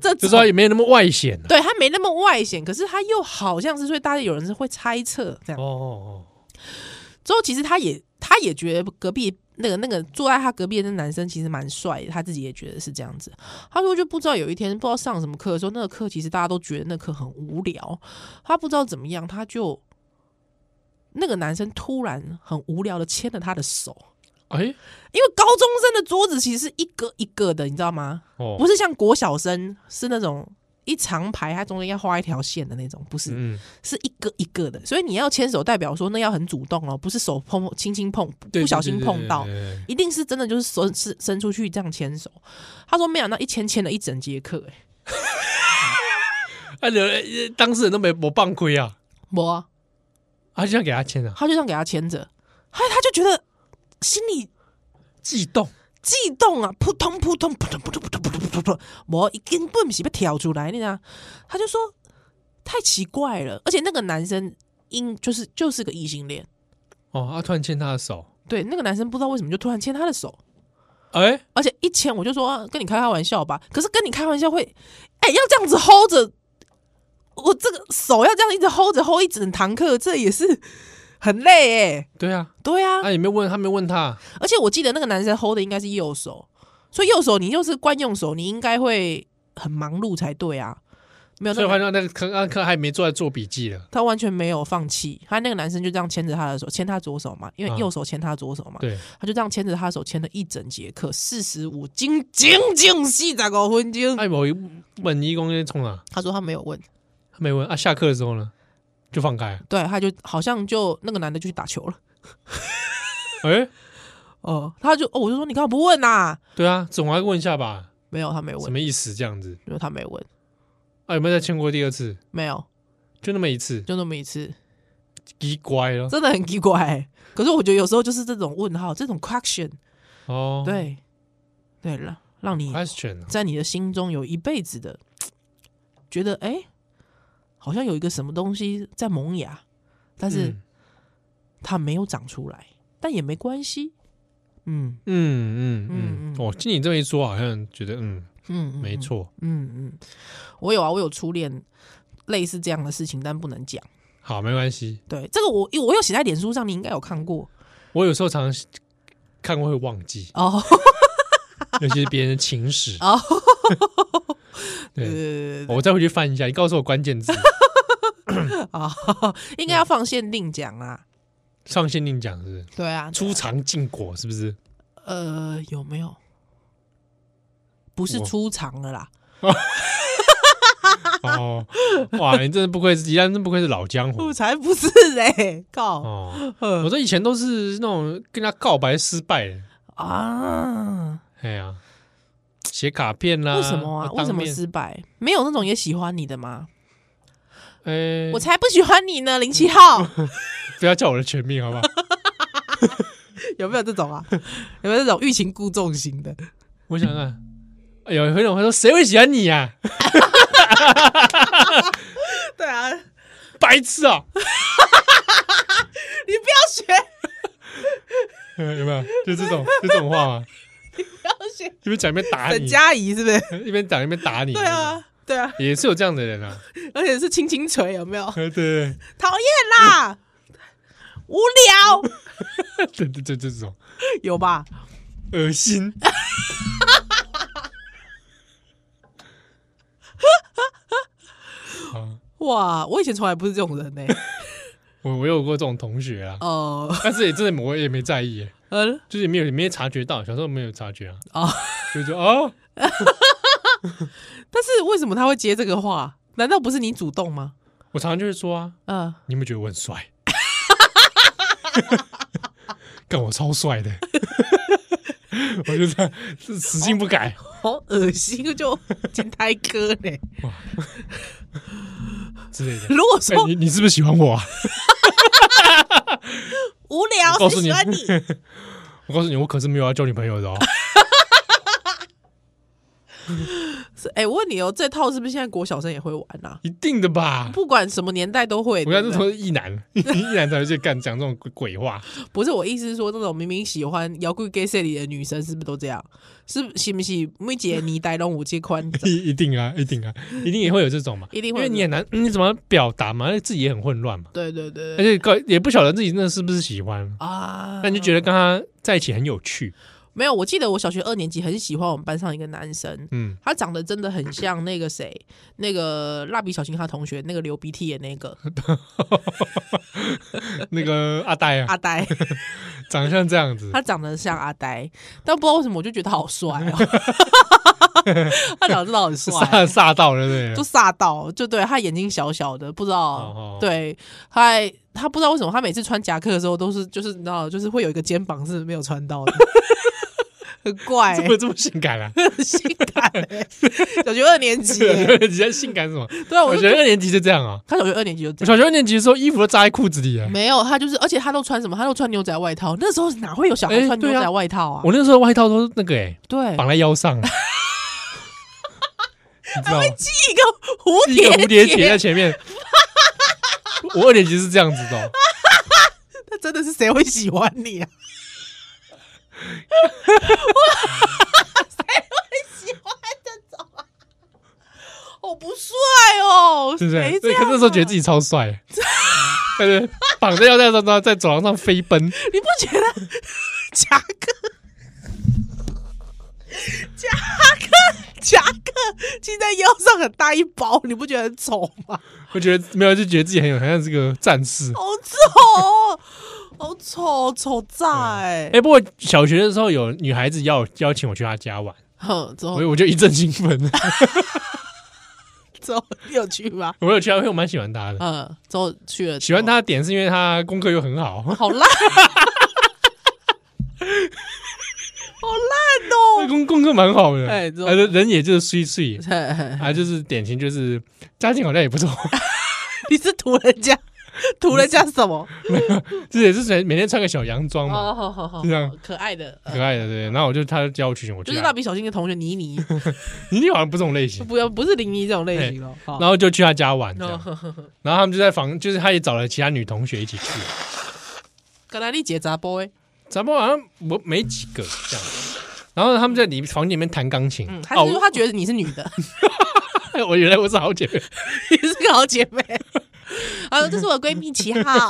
S3: 这
S2: 就
S3: 种
S2: 是他也没有那么外显啊
S3: 对他没那么外显，可是他又好像是，所以大家有人是会猜测这样。
S2: 哦哦
S3: 之后其实他也他也觉得隔壁那个那个坐在他隔壁的那男生其实蛮帅的，他自己也觉得是这样子。他说就不知道有一天不知道上什么课的时候，那个课其实大家都觉得那课很无聊，他不知道怎么样，他就那个男生突然很无聊的牵了他的手，
S2: 哦，哎
S3: 因为高中生的桌子其实是一个一个的，你知道吗？
S2: 哦，
S3: 不是像国小生是那种一长排，它中间要画一条线的那种，不是，
S2: 嗯，
S3: 是一个一个的。所以你要牵手，代表说那要很主动哦，不是手碰轻轻碰，不
S2: 对
S3: 不小心碰到，，
S2: 对对对对对
S3: 一定是真的就是手伸伸出去这样牵手。他说没想到一牵牵了一整节课，哎，
S2: 啊，有当事人都没我棒亏啊，
S3: 我、啊、
S2: 他就想给他签啊，
S3: 他就这样给他牵着，他他就觉得心里
S2: 悸动，
S3: 悸动啊，扑通扑通扑通扑通扑通扑通扑通扑通，我根本不是被挑出来，你知道？他就说太奇怪了，而且那个男生因就是就是个异性恋，
S2: 哦，他突然牵他的手，
S3: 对，那个男生不知道为什么就突然牵他的手，
S2: 哎，
S3: 而且一牵我就说、啊跟你开开玩笑吧，可是跟你开玩笑会，哎、要这样子 hold 着，我这个手要这样一直 hold 着 hold 一整堂课，这也是很累哎、
S2: 对啊，
S3: 对啊，
S2: 他也没有问，他没有问他，
S3: 而且我记得那个男生 hold 的应该是右手，所以右手你又是惯用手，你应该会很忙碌才对啊。没有，
S2: 所
S3: 那
S2: 以
S3: 个
S2: 发现那个康安克还没坐在做笔记了，
S3: 他完全没有放弃，他那个男生就这样牵着他的手，牵他左手嘛，因为右手牵他左手嘛，
S2: 对，
S3: 他就这样牵着他的手牵了一整节课，四十五斤，仅仅四十五分钟。
S2: 艾啊某问一公在冲啊，
S3: 他说他没有问，
S2: 他没问啊，下课的时候呢就放开，
S3: 对，他就好像就那个男的就去打球了，
S2: 哎，
S3: 哦、他就哦，我就说你干嘛不问呐、
S2: 啊对啊，总还问一下吧，
S3: 没有，他没
S2: 什
S3: 问，
S2: 么意思这样子？
S3: 因为他没问，
S2: 啊，有没有再签过第二次？
S3: 没有，
S2: 就那么一次，
S3: 就那么一次，
S2: 奇怪了。
S3: 真的很奇怪、可是我觉得有时候就是这种问号，这种 question，
S2: 哦，
S3: 对，对了，让你
S2: ，question 啊
S3: 在你的心中有一辈子的觉得，哎、好像有一个什么东西在萌芽，但是
S2: 嗯
S3: 它没有长出来，但也没关系。嗯
S2: 嗯嗯
S3: 嗯
S2: 嗯，
S3: 嗯
S2: 哦，经你这么一说，好像觉得嗯，
S3: 嗯，嗯
S2: 没，错。
S3: 嗯嗯，我有啊，我有初恋类似这样的事情，但不能讲。
S2: 好，没关系。
S3: 对，这个我我有写在脸书上，你应该有看过，
S2: 我有时候常常看过会忘记
S3: 哦。
S2: 尤其是别人的情史。
S3: 哦，
S2: 对，哦
S3: 对对对
S2: 我再回去翻一下。你告诉我关键字，
S3: 对啊，应该要放限定讲啊。
S2: 上限定讲是不是？
S3: 对啊，
S2: 出藏禁果是不是？
S3: 呃有没有？不是
S2: 我
S3: 出场了啦，
S2: 哦，哇，你真的不愧是，依然真不愧是老江湖
S3: 我哦才不是嘞，靠！
S2: 哦。
S3: 呃
S2: 我这以前都是那种跟人家告白失败的，
S3: 啊，
S2: 哎呀，写卡片啦，
S3: 为什么啊？
S2: 当
S3: 为什么
S2: 面？
S3: 失败？没有那种也喜欢你的吗？
S2: 哎，
S3: 我才不喜欢你呢，林奇浩，
S2: 不要叫我的全名好不好？
S3: 有没有这种啊？有没有这种欲擒故纵型的？
S2: 我想看，哎呦，有一种会说谁会喜欢你啊呀、
S3: 对啊，你
S2: 白痴啊！
S3: 不要学，不
S2: 嗯有没有？就这种，就这种话吗？
S3: 要学
S2: 一边讲一边打
S3: 沈
S2: 你，
S3: 佳宜是不是？
S2: 一边讲一边打你，
S3: 对，啊，对啊，
S2: 也是有这样的人啊，
S3: 而且是轻轻捶，有没有？
S2: 对对
S3: 讨厌啦，无聊，
S2: 对对对对，这种
S3: 有吧？
S2: 恶 心。好，
S3: 哇，我以前从来不是这种人呢、
S2: 我我有过这种同学啊，
S3: 哦，
S2: 但是也真的我也没在意耶，
S3: 呃，
S2: 就是也没有也没察觉到，小时候没有察觉啊，
S3: 哦，
S2: 就说哦，
S3: 但是为什么他会接这个话？难道不是你主动吗？
S2: 我常常就会说啊，
S3: 嗯、
S2: 你有没有觉得我很帅？ 干我超帅的， 我就这样死性不改。
S3: 好恶心，就金泰哥呢。
S2: 之类的。
S3: 如果
S2: 哎
S3: 说
S2: 你你是不是喜欢我啊？
S3: 无聊，
S2: 我告
S3: 谁
S2: 诉你
S3: 喜哎欢你？
S2: 我告诉你，我可是没有要交女朋友的哦。
S3: 是哎、我问你哦， 这套是不是现在国小生也会玩啊？
S2: 一定的吧？
S3: 不管什么年代都会。
S2: 我看这
S3: 对 不对
S2: 都是异男， 异男才会去干讲这种鬼话。
S3: 不是我意思是说，那种明明喜欢摇滚 gay 里的女生，是不是都这样？是不是不是每节你带动五节宽？
S2: 一一定啊，一定 啊，一定也会有这种嘛，
S3: 一定
S2: 因
S3: 会有
S2: 为你很难，你怎么表达嘛？自己也很混乱嘛，
S3: 对对对
S2: 而
S3: 对
S2: 且搞也不晓得自己那是不是喜欢，
S3: 啊！
S2: 但你就觉得跟他在一起很有趣。
S3: 没有？我记得我小学二年级很喜欢我们班上一个男生，
S2: 嗯，
S3: 他长得真的很像那个谁，那个蜡笔小新他同学，那个流鼻涕的那 个
S2: 那个阿呆啊，
S3: 阿呆，
S2: 长相这样 子
S3: 他，长得像阿呆，但不知道为什么我就觉得他好帅 哦，他长得真的很帅
S2: 煞。煞到了，对不
S3: 就
S2: 对？
S3: 吓到，就对他眼睛小小的，不知道，
S2: 哦哦
S3: 对，他还他不知道为什么他每次穿夹克的时候都是就是你知道，就是会有一个肩膀是没有穿 到的，很怪、
S2: 怎
S3: 欸
S2: 么，这么性感 啊？
S3: 很性感、欸，小学二年 级、欸，
S2: 你在性感什 么？
S3: 对啊，我
S2: 我
S3: 就
S2: 觉得二年级就这样啊，
S3: 他小学二年级就这
S2: 我
S3: 样。
S2: 小学二年级的时候衣服都扎在裤子里啊。
S3: 没有，他就是，而且他都穿什么？他都穿牛仔外套。那时候哪会有小孩
S2: 哎
S3: 穿牛
S2: 对啊
S3: 仔外套啊？
S2: 我那时候外套都是那个哎、
S3: 对，
S2: 绑在腰上， 你知道吗？
S3: 系一个蝴
S2: 一个
S3: 蝶
S2: 蝴蝶结在前面。我二年级是这样子的哦、
S3: 那真的是谁会喜欢你啊？ 谁会喜欢这种啊？好不帅哦，
S2: 是不是？
S3: 谁这
S2: 对，
S3: 样
S2: 可
S3: 啊
S2: 是那时候觉得自己超帅，对对，绑着腰带上，然后在走廊上飞奔，
S3: 你不觉得 夹克？夹克，夹克系在腰上很大一包，你不觉得很丑吗？
S2: 我觉得没有，就觉得自己很有，好像是个战士。
S3: 好丑哦，好丑，丑炸哎、
S2: 哎、不过小学的时候有女孩子邀邀请我去她家玩，
S3: 哼，之后
S2: 我我就一阵兴奋。
S3: 之后你有去吗？
S2: 我有去她，啊因为我蛮喜欢她的，
S3: 嗯，之后去了之后，
S2: 喜欢她的点是因为她功课又很好，
S3: 好烂，好烂哦！
S2: 功功课蛮好的，
S3: 哎这种
S2: 啊人也就是碎碎，
S3: 嘿
S2: 啊，就是典型就是家境好像也不错，
S3: 你是图人家图人家什么？
S2: 这也是每天穿个小洋装嘛，
S3: 哦，好好好
S2: 是这样，
S3: 可爱的，呃
S2: 可爱的对。然后我就他就教我去选，我
S3: 就
S2: 去
S3: 是
S2: 按，
S3: 蜡笔小新的同学妮妮，
S2: 你你好像不这种类型，
S3: 不要不是林妮这种类型哦。好
S2: 然后就去他家玩，这样
S3: 哦，
S2: 然后他们就在房，就是他也找了其他女同学一起去，
S3: 格莱丽姐杂 boy，
S2: 咱们好像我没几个这样。然后他们在里房间里面弹钢琴，
S3: 嗯，还
S2: 哦，
S3: 是说她觉得你是女的，
S2: 我我原来我是好姐妹，
S3: 你是个好姐妹。啊，这是我闺蜜七号。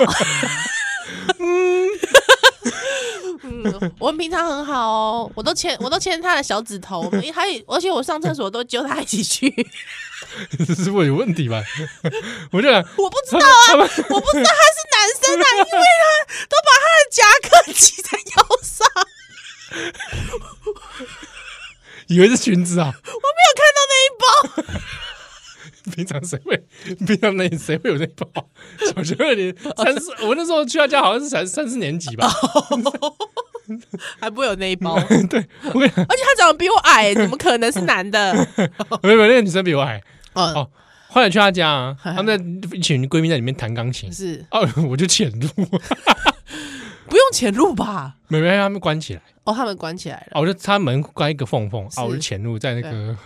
S3: 嗯，我们平常很好哦，我都牵我都牵她的小指头，还有而且我上厕所都揪她一起去。
S2: 这是我有问题吧？ 我就想，
S3: 我不知道啊，我不知道他是男生啊，因为他都把他的夹克系在腰上，我
S2: 以为是裙子啊，
S3: 没有看到那一包。
S2: 平常谁会？平常那谁会有那包？小学二年三四，我那时候去他家好像是才三四年级吧。
S3: 哦 还不会有那一包，
S2: 对，我跟你讲，
S3: 而且他长得比我矮，怎么可能是男的？
S2: 没有没有，那个女生比我矮。
S3: 哦，
S2: 哦后来去他家 啊，他们在一群闺蜜在里面弹钢琴
S3: 不。是
S2: 哦，我就潜入，
S3: 不用潜入吧？
S2: 没没，他们关起来。
S3: 哦，他们关起来了。
S2: 哦，我就他门关一个缝缝，
S3: 是
S2: 啊，我就潜入在那个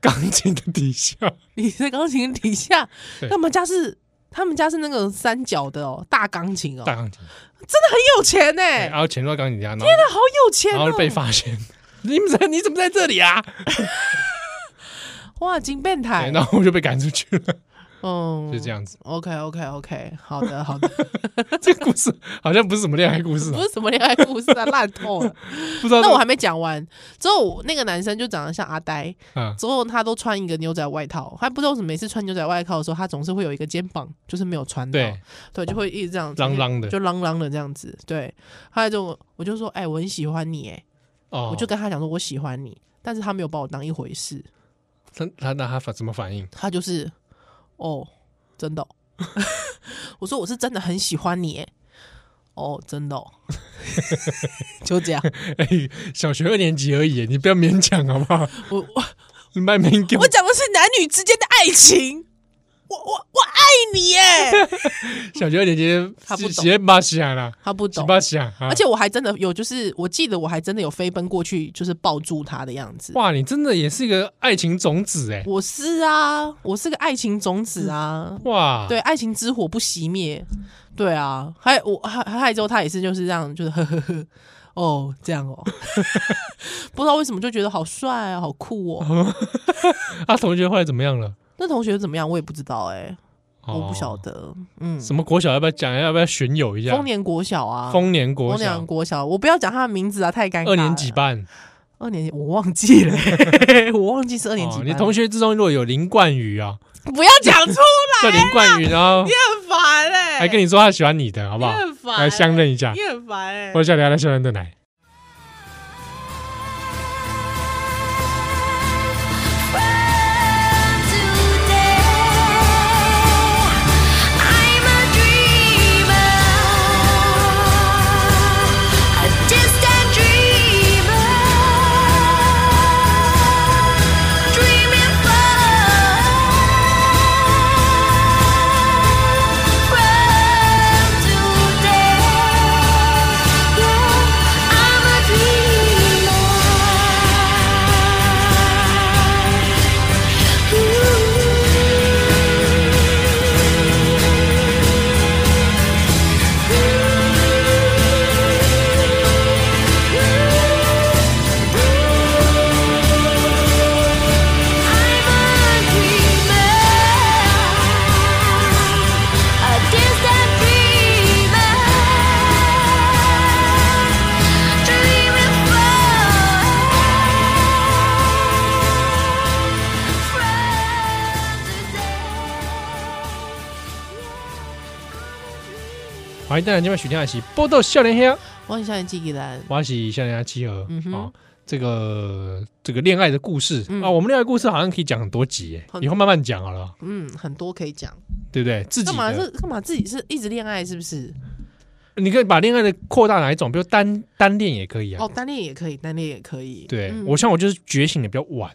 S2: 钢琴的底下。
S3: 你在钢琴底下，
S2: 对
S3: 他们家是他们家是那个三角的哦，大钢琴哦，
S2: 大钢琴，
S3: 真的很有钱呢，
S2: 然后潜入到钢琴底下，然后
S3: 真的好有钱
S2: 然后
S3: 哦
S2: 就。被发现。 你们在你怎么在这里啊？
S3: 哇，金变
S2: 对
S3: 态，
S2: 然后我就被赶出去了，
S3: 嗯，
S2: 就这
S3: 样。
S2: 样子。
S3: OK OK OK，好的好的。
S2: 这个故事好像不是什么恋爱故事啊
S3: 不，是什么恋爱故事啊，烂 透了。
S2: 不知道
S3: 那我还没讲完，之后我那个男生就长得像阿呆，
S2: 啊，
S3: 之后他都穿一个牛仔外套，他不知道为什么每次穿牛仔外套的时候，他总是会有一个肩膀就是没有穿到，
S2: 对，
S3: 对就会一直这样子
S2: 啷啷的
S3: 就啷啷的这样子。对，后来就我就说，哎、我很喜欢你，哎、
S2: 哦，
S3: 我就跟他讲说我喜欢你，但是他没有把我当一回事，
S2: 他他那他反怎么反应？
S3: 他就是哦，真的哦、 我说我是真的很喜欢你，哎哦，真的、哦， 就这样，
S2: 哎，小学二年级而已，你不要勉强好不好？
S3: 我我。
S2: 你卖命给我
S3: 我，讲的是男女之间的爱情。我我我爱你 耶！
S2: 小学二年级
S3: 他不懂
S2: 直接巴想啦，
S3: 他不
S2: 直
S3: 懂，
S2: 巴想啊
S3: 而！且我还真的有，就是我记得我还真的有飞奔过去，就是抱住他的样子。
S2: 哇，你真的也是一个爱情种子哎，
S3: 我是啊，我是个爱情种子啊，
S2: 哇，
S3: 对，爱情之火不熄灭。对啊，还有我还还有之后他也是就是这样，就是 呵呵呵。哦，这样哦， 不知道为什么就觉得好帅啊，好 酷哦。
S2: 啊，同学后来怎么样了？
S3: 那同学怎么样，我也不知道哎、我不晓
S2: 得
S3: 得。嗯，
S2: 什么国小要不要讲，要不要巡友一下？
S3: 丰年国小啊，
S2: 丰年
S3: 我
S2: 国
S3: 两
S2: 小
S3: 国小，我不要讲他的名字啊，太尴尬了。
S2: 二年级？班，
S3: 二年级我忘记了， 我忘记是二年级
S2: 哦
S3: 班。
S2: 你同学之中如果有林冠宇啊，
S3: 不要讲出
S2: 叫林冠宇，然后
S3: 很烦哎、
S2: 还跟你说他喜欢你的，好不好
S3: 你？很烦、
S2: 来相，认一下
S3: 你。很烦哎、
S2: 我是小聊来小人的奶。
S4: I'm a dreamer, a distant dreamer, dreaming far from today. I'm a dreamer. Thank you.
S2: 欢迎大家今晚许天爱喜波到笑脸兄，
S3: 我很想记忆兰，
S2: 我是笑脸兄七和
S3: 嗯哼
S2: 哦。这个这个恋爱的故事、
S3: 嗯
S2: 啊，我们恋爱故事好像可以讲很多集耶，
S3: 很
S2: 以后慢慢讲好了，
S3: 嗯，很多可以讲。
S2: 对不对？自己
S3: 干嘛
S2: 的
S3: 是干嘛自己是一直恋爱是不是？
S2: 你可以把恋爱的扩大哪一种，比如单单恋也可以啊。
S3: 哦，单恋也可以，单恋也可以。
S2: 对、
S3: 嗯
S2: 我像我就是觉醒的比较晚，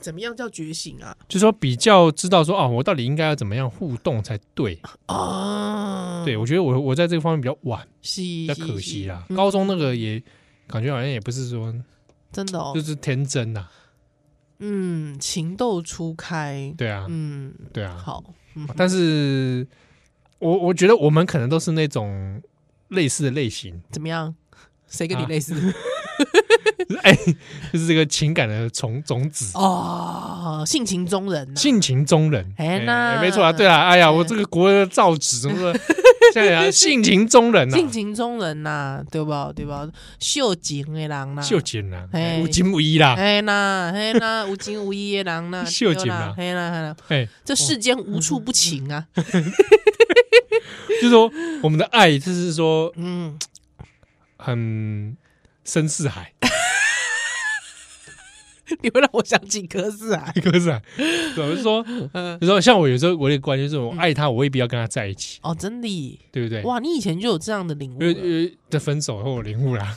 S3: 怎么样叫觉醒啊？
S2: 就说比较知道说啊，我到底应该要怎么样互动才对。
S3: 啊，
S2: 对，我觉得我我在这方面比较晚，
S3: 是，
S2: 比较可惜啦。
S3: 是
S2: 高中那个也感觉好像也不是说
S3: 真的哦
S2: 就，是天真啊呐、
S3: 嗯，情窦初开，
S2: 对啊，
S3: 嗯，
S2: 对啊。
S3: 好，
S2: 但是我我觉得我们可能都是那种类似的类型，
S3: 怎么样？谁跟你
S2: 啊
S3: 类 似？
S2: 就是这个情感的种种子，
S3: 哦，性情中人呐，
S2: 性情中人。
S3: 哎那
S2: 没错啊，对啊，哎呀，
S3: 对
S2: 我这个国的造纸什 么的，现在啊，性情中人啊呐、
S3: 性情中人呐，对吧？对吧？秀情的人呐，
S2: 秀啊哎景啦，
S3: 嘿
S2: 无情无义啦，
S3: 嘿啦，嘿啦，无情无义的人呐，
S2: 秀啊嗯情
S3: 对
S2: 嘛
S3: 啦，嘿啦，嘿啦，
S2: 哎，
S3: 这世间无处不情啊，
S2: 就是说我们的爱就是说
S3: 嗯，
S2: 很深似海，
S3: 你会让我想起哥斯啊，
S2: 一个是 海，对，就是说，
S3: 嗯
S2: 就是说像我有时候我的观念就是我爱他，我未必要跟他在一起，
S3: 哦，真的，
S2: 对不对？
S3: 哇，你以前就有这样的领悟
S2: 因为
S3: 了，
S2: 因为的分手后我领悟 啦，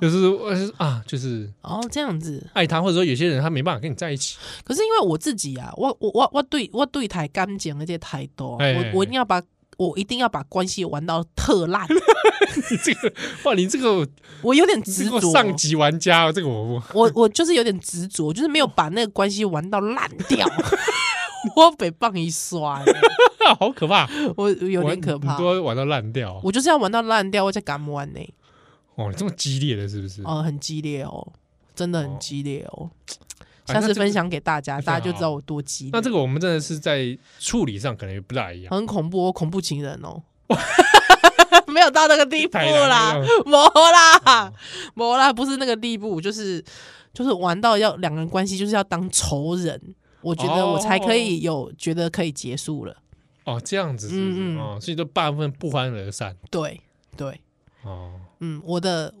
S2: 就是我是啊，就是
S3: 哦，这样子。
S2: 爱他，或者说有些人他没办法跟你在一起，
S3: 可是因为我自己啊，我我我我对我对台感情的这态度，啊
S2: 哎
S3: 我我一定要把我一定要把关系玩到特 烂，
S2: 你这个哇，你这个
S3: 我有点
S2: 你
S3: 执
S2: 这
S3: 着
S2: 个。上级玩家哦，这个我我
S3: 我我就是有点执着，就是没有把那个关系玩到烂 掉，我被棒一摔，
S2: 好可怕，
S3: 我有
S2: 玩
S3: 点可怕
S2: 你。都玩到烂掉哦
S3: 我就是要玩到烂掉，我才敢玩呢、
S2: 哦，你这么激烈的是不是？
S3: 哦、很激烈哦，真的很激烈哦。
S2: 哎
S3: 下
S2: 那这
S3: 次
S2: 个
S3: 分享给大
S2: 对
S3: 家，
S2: 啊
S3: 大家就知道我多激烈。
S2: 那这个我们真的是在处理上可能也不大一样，
S3: 很恐怖哦，恐怖情 人哦。没有到那个地步啦
S2: 太难了，哦
S3: 没啦，没啦，不是那个地步，就是就是玩到要两个人关系就是要当仇人，我觉得
S2: 哦
S3: 我才可以有觉得可以结束了。
S2: 哦，这样子是不是？
S3: 嗯嗯
S2: 哦，所以就大部分不欢而散
S3: 对对，
S2: 哦，
S3: 嗯，我的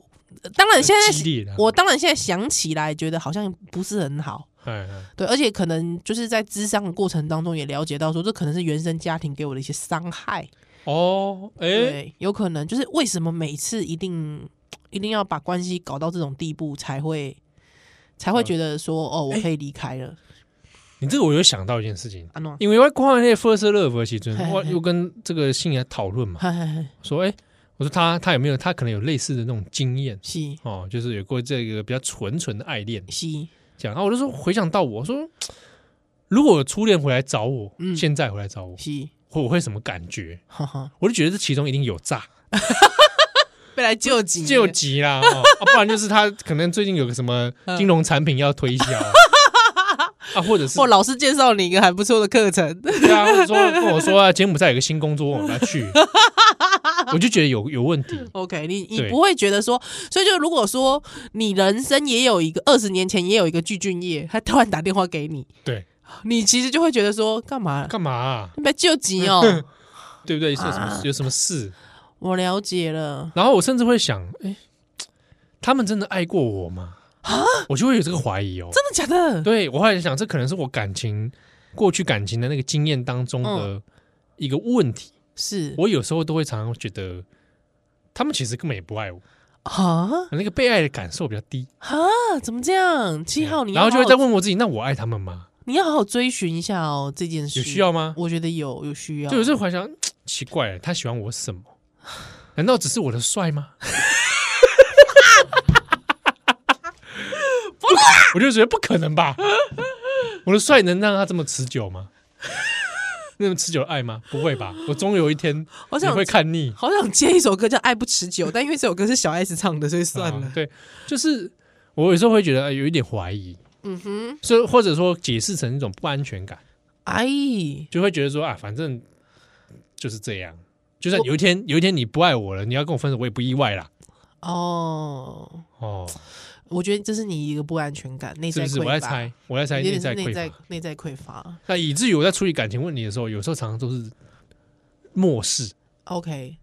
S3: 当然现
S2: 激啊
S3: 在
S2: 烈的，
S3: 啊我当然现在想起来觉得好像不是很好，
S2: 哎哎
S3: 对，而且可能就是在智商的过程当中也了解到说，这可能是原生家庭给我的一些伤害。
S2: 哦，哎，
S3: 对，有可能就是为什么每次一定一定要把关系搞到这种地步才会才会觉得说、哦，我可以离开了。
S2: 你这个我有想到一件事情，
S3: 安诺，
S2: 因为我看那 first love 的时阵
S3: 嘿，嘿
S2: 我又跟这个信来讨论嘛，
S3: 嗨嗨嗨，
S2: 说哎，我说他他有没有他可能有类似的那种经验
S3: 是
S2: 哦，就是有过这个比较纯纯的爱恋
S3: 是，
S2: 这样，然后我就说回想到我说，如果我初恋回来找我，
S3: 嗯
S2: 现在回来找我，
S3: 是，
S2: 会我会什么感觉？
S3: 哈哈，
S2: 我就觉得这其中一定有诈，
S3: 被来救急
S2: 救急啦、 哦啊不然就是他可能最近有个什么
S3: 嗯
S2: 金融产品要推销 啊，或者是
S3: 或老师介绍你一个还不错的课程，
S2: 对啊，或者说跟我说啊，柬埔寨有个新工作，我们要 去，我就觉得有有问题。
S3: OK，你你
S2: 对
S3: 不会觉得说，所以就如果说你人生也有一个二十年前也有一个具俊业，他突然打电话给你，
S2: 对，
S3: 你其实就会觉得说干嘛？
S2: 干嘛啊、
S3: 你被救急 哦，
S2: 对不对？是有什么有什么事？
S3: 我了解了，
S2: 然后我甚至会想，哎、他们真的爱过我吗？我就会有这个怀疑哦。
S3: 啊真的假的？
S2: 对我后来想，这可能是我感情过去感情的那个经验当中
S3: 嗯
S2: 的一个问题。
S3: 是
S2: 我有时候都会常常觉得，他们其实根本也不爱我，
S3: 啊
S2: 那个被爱的感受比较低。
S3: 啊！怎么这样？七号你
S2: 然后
S3: 要
S2: 就会
S3: 哎好
S2: 再
S3: 好
S2: 问我自己，那我爱他们吗？
S3: 你要好好追寻一下哦，这件事
S2: 有需，要吗？
S3: 我觉得有有需要。
S2: 就有时候怀想，奇怪，他喜欢我什么？难道只是我的帅 吗？
S3: 啊
S2: 我就觉得不可能吧，我的帅能让他这么持久吗？那么持久的爱吗？不会吧，我终有一天
S3: 好
S2: 你
S3: 想
S2: 会看腻。
S3: 好想接一首歌叫《爱不持久》，但因为这首歌是小 S 唱的，所以算了
S2: 啊。对，就是我有时候会觉得呃有一点怀疑，
S3: 嗯哼，
S2: 所以或者说解释成一种不安全感，
S3: 哎，
S2: 就会觉得说啊，反正就是这样。就算有一天有一天你不爱我了，你要跟我分手，我也不意外啦。
S3: 哦，
S2: 哦，
S3: 我觉得这是你一个不安全感，内
S2: 是
S3: 在
S2: 不是？
S3: 匮
S2: 我
S3: 乏，
S2: 在猜，我在猜
S3: 有
S2: 内
S3: 点是
S2: 在
S3: 内在
S2: 匮乏。
S3: 内在匮乏。
S2: 那以至于我在处理感情问题的时候，有时候常常都是漠视。
S3: OK，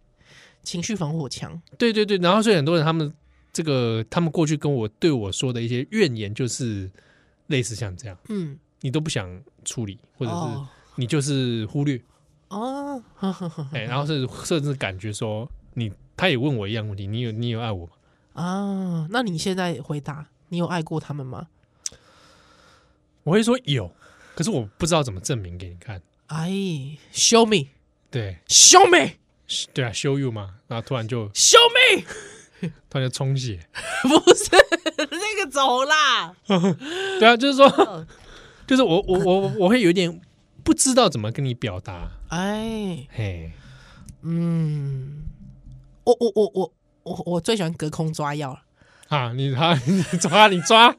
S3: 情绪防火墙，
S2: 对对对，然后所以很多人他们这个他们过去跟我对我说的一些怨言，就是类似像这样，
S3: 嗯，
S2: 你都不想处理，或者是
S3: 哦
S2: 你就是忽略。
S3: 哦，
S2: 哎、然后是甚至感觉说你，他也问我一样问题，你有你有爱我吗？
S3: 啊，那你现在回答，你有爱过他们吗？
S2: 我会说有，可是我不知道怎么证明给你看。
S3: 哎，show me，show
S2: 对，
S3: me，show
S2: 对啊，show you 嘛，然后突然就
S3: me，
S2: 突然就充血，
S3: 不是那个走啦，
S2: 对啊，就是
S3: 哦
S2: 说，就是我我我我会有点不知道怎么跟你表达，
S3: 哎，
S2: 嘿，
S3: 嗯，我我我我我我最喜欢隔空抓药了。
S2: 啊，你他你抓 你抓，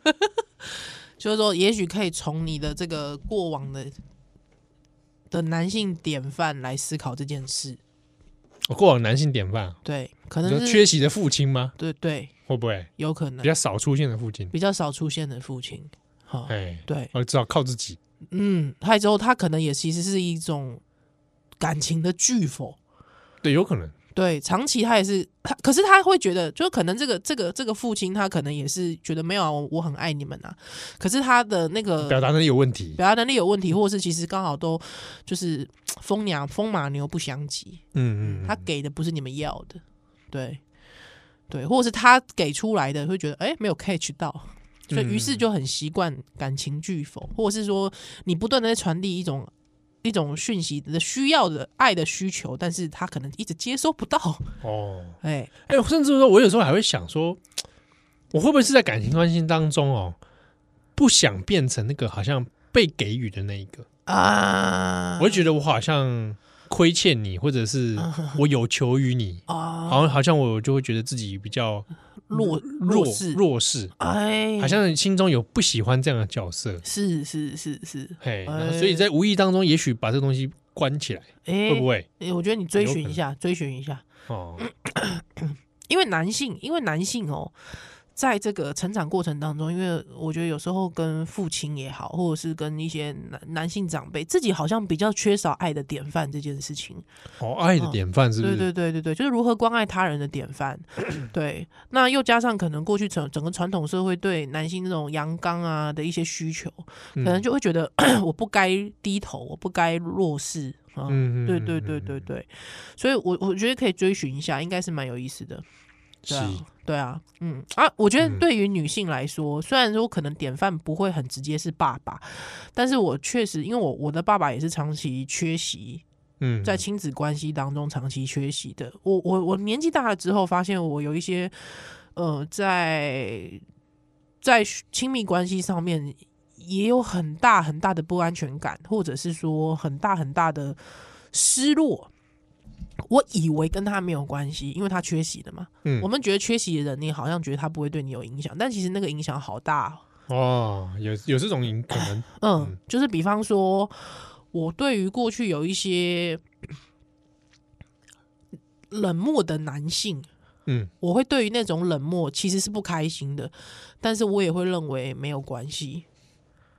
S3: 就是说，也许可以从你的这个过往的的男性典范来思考这件事。
S2: 我过往男性典范，啊
S3: 对，可
S2: 你
S3: 能
S2: 说
S3: 是
S2: 缺席的父亲吗？
S3: 对对，
S2: 会不会
S3: 有可能
S2: 比较少出现的父亲？
S3: 比较少出现的父亲。好、
S2: 哎，
S3: 对，
S2: 我只好靠自己。
S3: 嗯，还有之后他可能也其实是一种感情的拒否。
S2: 对，有可能，
S3: 对，长期他也是他，可是他会觉得，就可能这个这个这个父亲，他可能也是觉得没有啊，我我很爱你们啊，可是他的那个
S2: 表达能力有问题。
S3: 嗯表达能力有问题，或者是其实刚好都就是风娘风马牛不相及，
S2: 嗯嗯，
S3: 他给的不是你们要的，对对，或者是他给出来的会觉得哎、诶没有 catch 到，所以于
S2: 嗯
S3: 是就很习惯感情拒否，或者是说你不断的在传递一种一种讯息的需要的爱的需求，但是他可能一直接收不到，
S2: 哦，
S3: 哎、
S2: 哎、甚至说，我有时候还会想说，我会不会是在感情关系当中哦，不想变成那个好像被给予的那一个？
S3: 啊，
S2: 我会觉得我好像亏欠你，或者是
S3: 嗯
S2: 我有求于你，
S3: 啊
S2: 好像好像我就会觉得自己比较
S3: 弱
S2: 弱
S3: 势，
S2: 弱势，
S3: 哎，
S2: 好像心中有不喜欢这样的角色。
S3: 是是是是，
S2: 嘿，
S3: 哎
S2: 然后所以在无意当中，也许把这个东西关起来，
S3: 哎、
S2: 会不会？
S3: 欸我觉得你追
S2: 有可
S3: 寻一
S2: 能
S3: 下，追寻一下，
S2: 哦，
S3: 因为男性，因为男性哦，在这个成长过程当中，因为我觉得有时候跟父亲也好，或者是跟一些男男性长辈，自己好像比较缺少爱的典范这件事情。
S2: 哦，爱的典范是不
S3: 对
S2: 是？
S3: 对对对对，就是如何关爱他人的典 范。对，那又加上可能过去整整个传统社会对男性那种阳刚啊的一些需求，可
S2: 嗯
S3: 能就会觉得 我不该低头，我不该弱势啊。
S2: 嗯嗯
S3: 对
S2: 嗯
S3: 对
S2: 嗯
S3: 对
S2: 嗯
S3: 对对，所以我我觉得可以追寻一下，应该是蛮有意思的。对啊
S2: 是，
S3: 对啊，嗯啊，我觉得
S2: 嗯
S3: 对于女性来说，虽然说可能典范不会很直接是爸爸，但是我确实因为我我的爸爸也是长期缺席，
S2: 嗯，
S3: 在亲子关系当中长期缺席的。我我我年纪大了之后，发现我有一些呃，在在亲密关系上面也有很大很大的不安全感，或者是说很大很大的失落。我以为跟他没有关系，因为他缺席的嘛。
S2: 嗯
S3: 我们觉得缺席的人，你好像觉得他不会对你有影响，但其实那个影响好大、哦。
S2: 哦，有有这种可能，
S3: 嗯，就是比方说，我对于过去有一些冷漠的男性，
S2: 嗯，
S3: 我会对于那种冷漠其实是不开心的，但是我也会认为没有关系，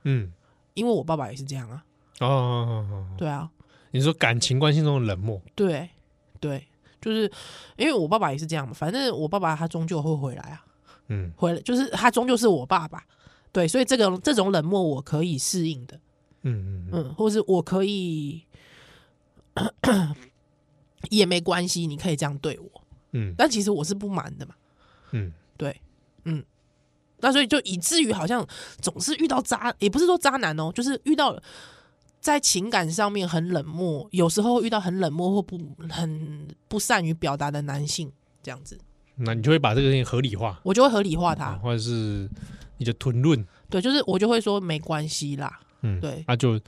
S2: 嗯，
S3: 因为我爸爸也是这样啊，
S2: 哦哦哦哦，
S3: 对啊，
S2: 你说感情关系中的冷漠，
S3: 对对，就是因为我爸爸也是这样嘛，反正我爸爸他终究会回来啊，
S2: 嗯
S3: 回来就是他终究是我爸爸，对，所以这个这种冷漠我可以适应的。
S2: 嗯嗯嗯，
S3: 嗯，或是我可以也没关系，你可以这样对我，
S2: 嗯
S3: 但其实我是不满的嘛，
S2: 嗯，
S3: 对，嗯，那所以就以至于好像总是遇到渣，也不是说渣男哦，就是遇到在情感上面很冷漠，有时候会遇到很冷漠或不很不善于表达的男性这样子，
S2: 那你就会把这个事情合理化，
S3: 我就会合理化他，
S2: 啊，或者是你的吞论，
S3: 对，就是我就会说没关系啦，
S2: 嗯，
S3: 对
S2: 那就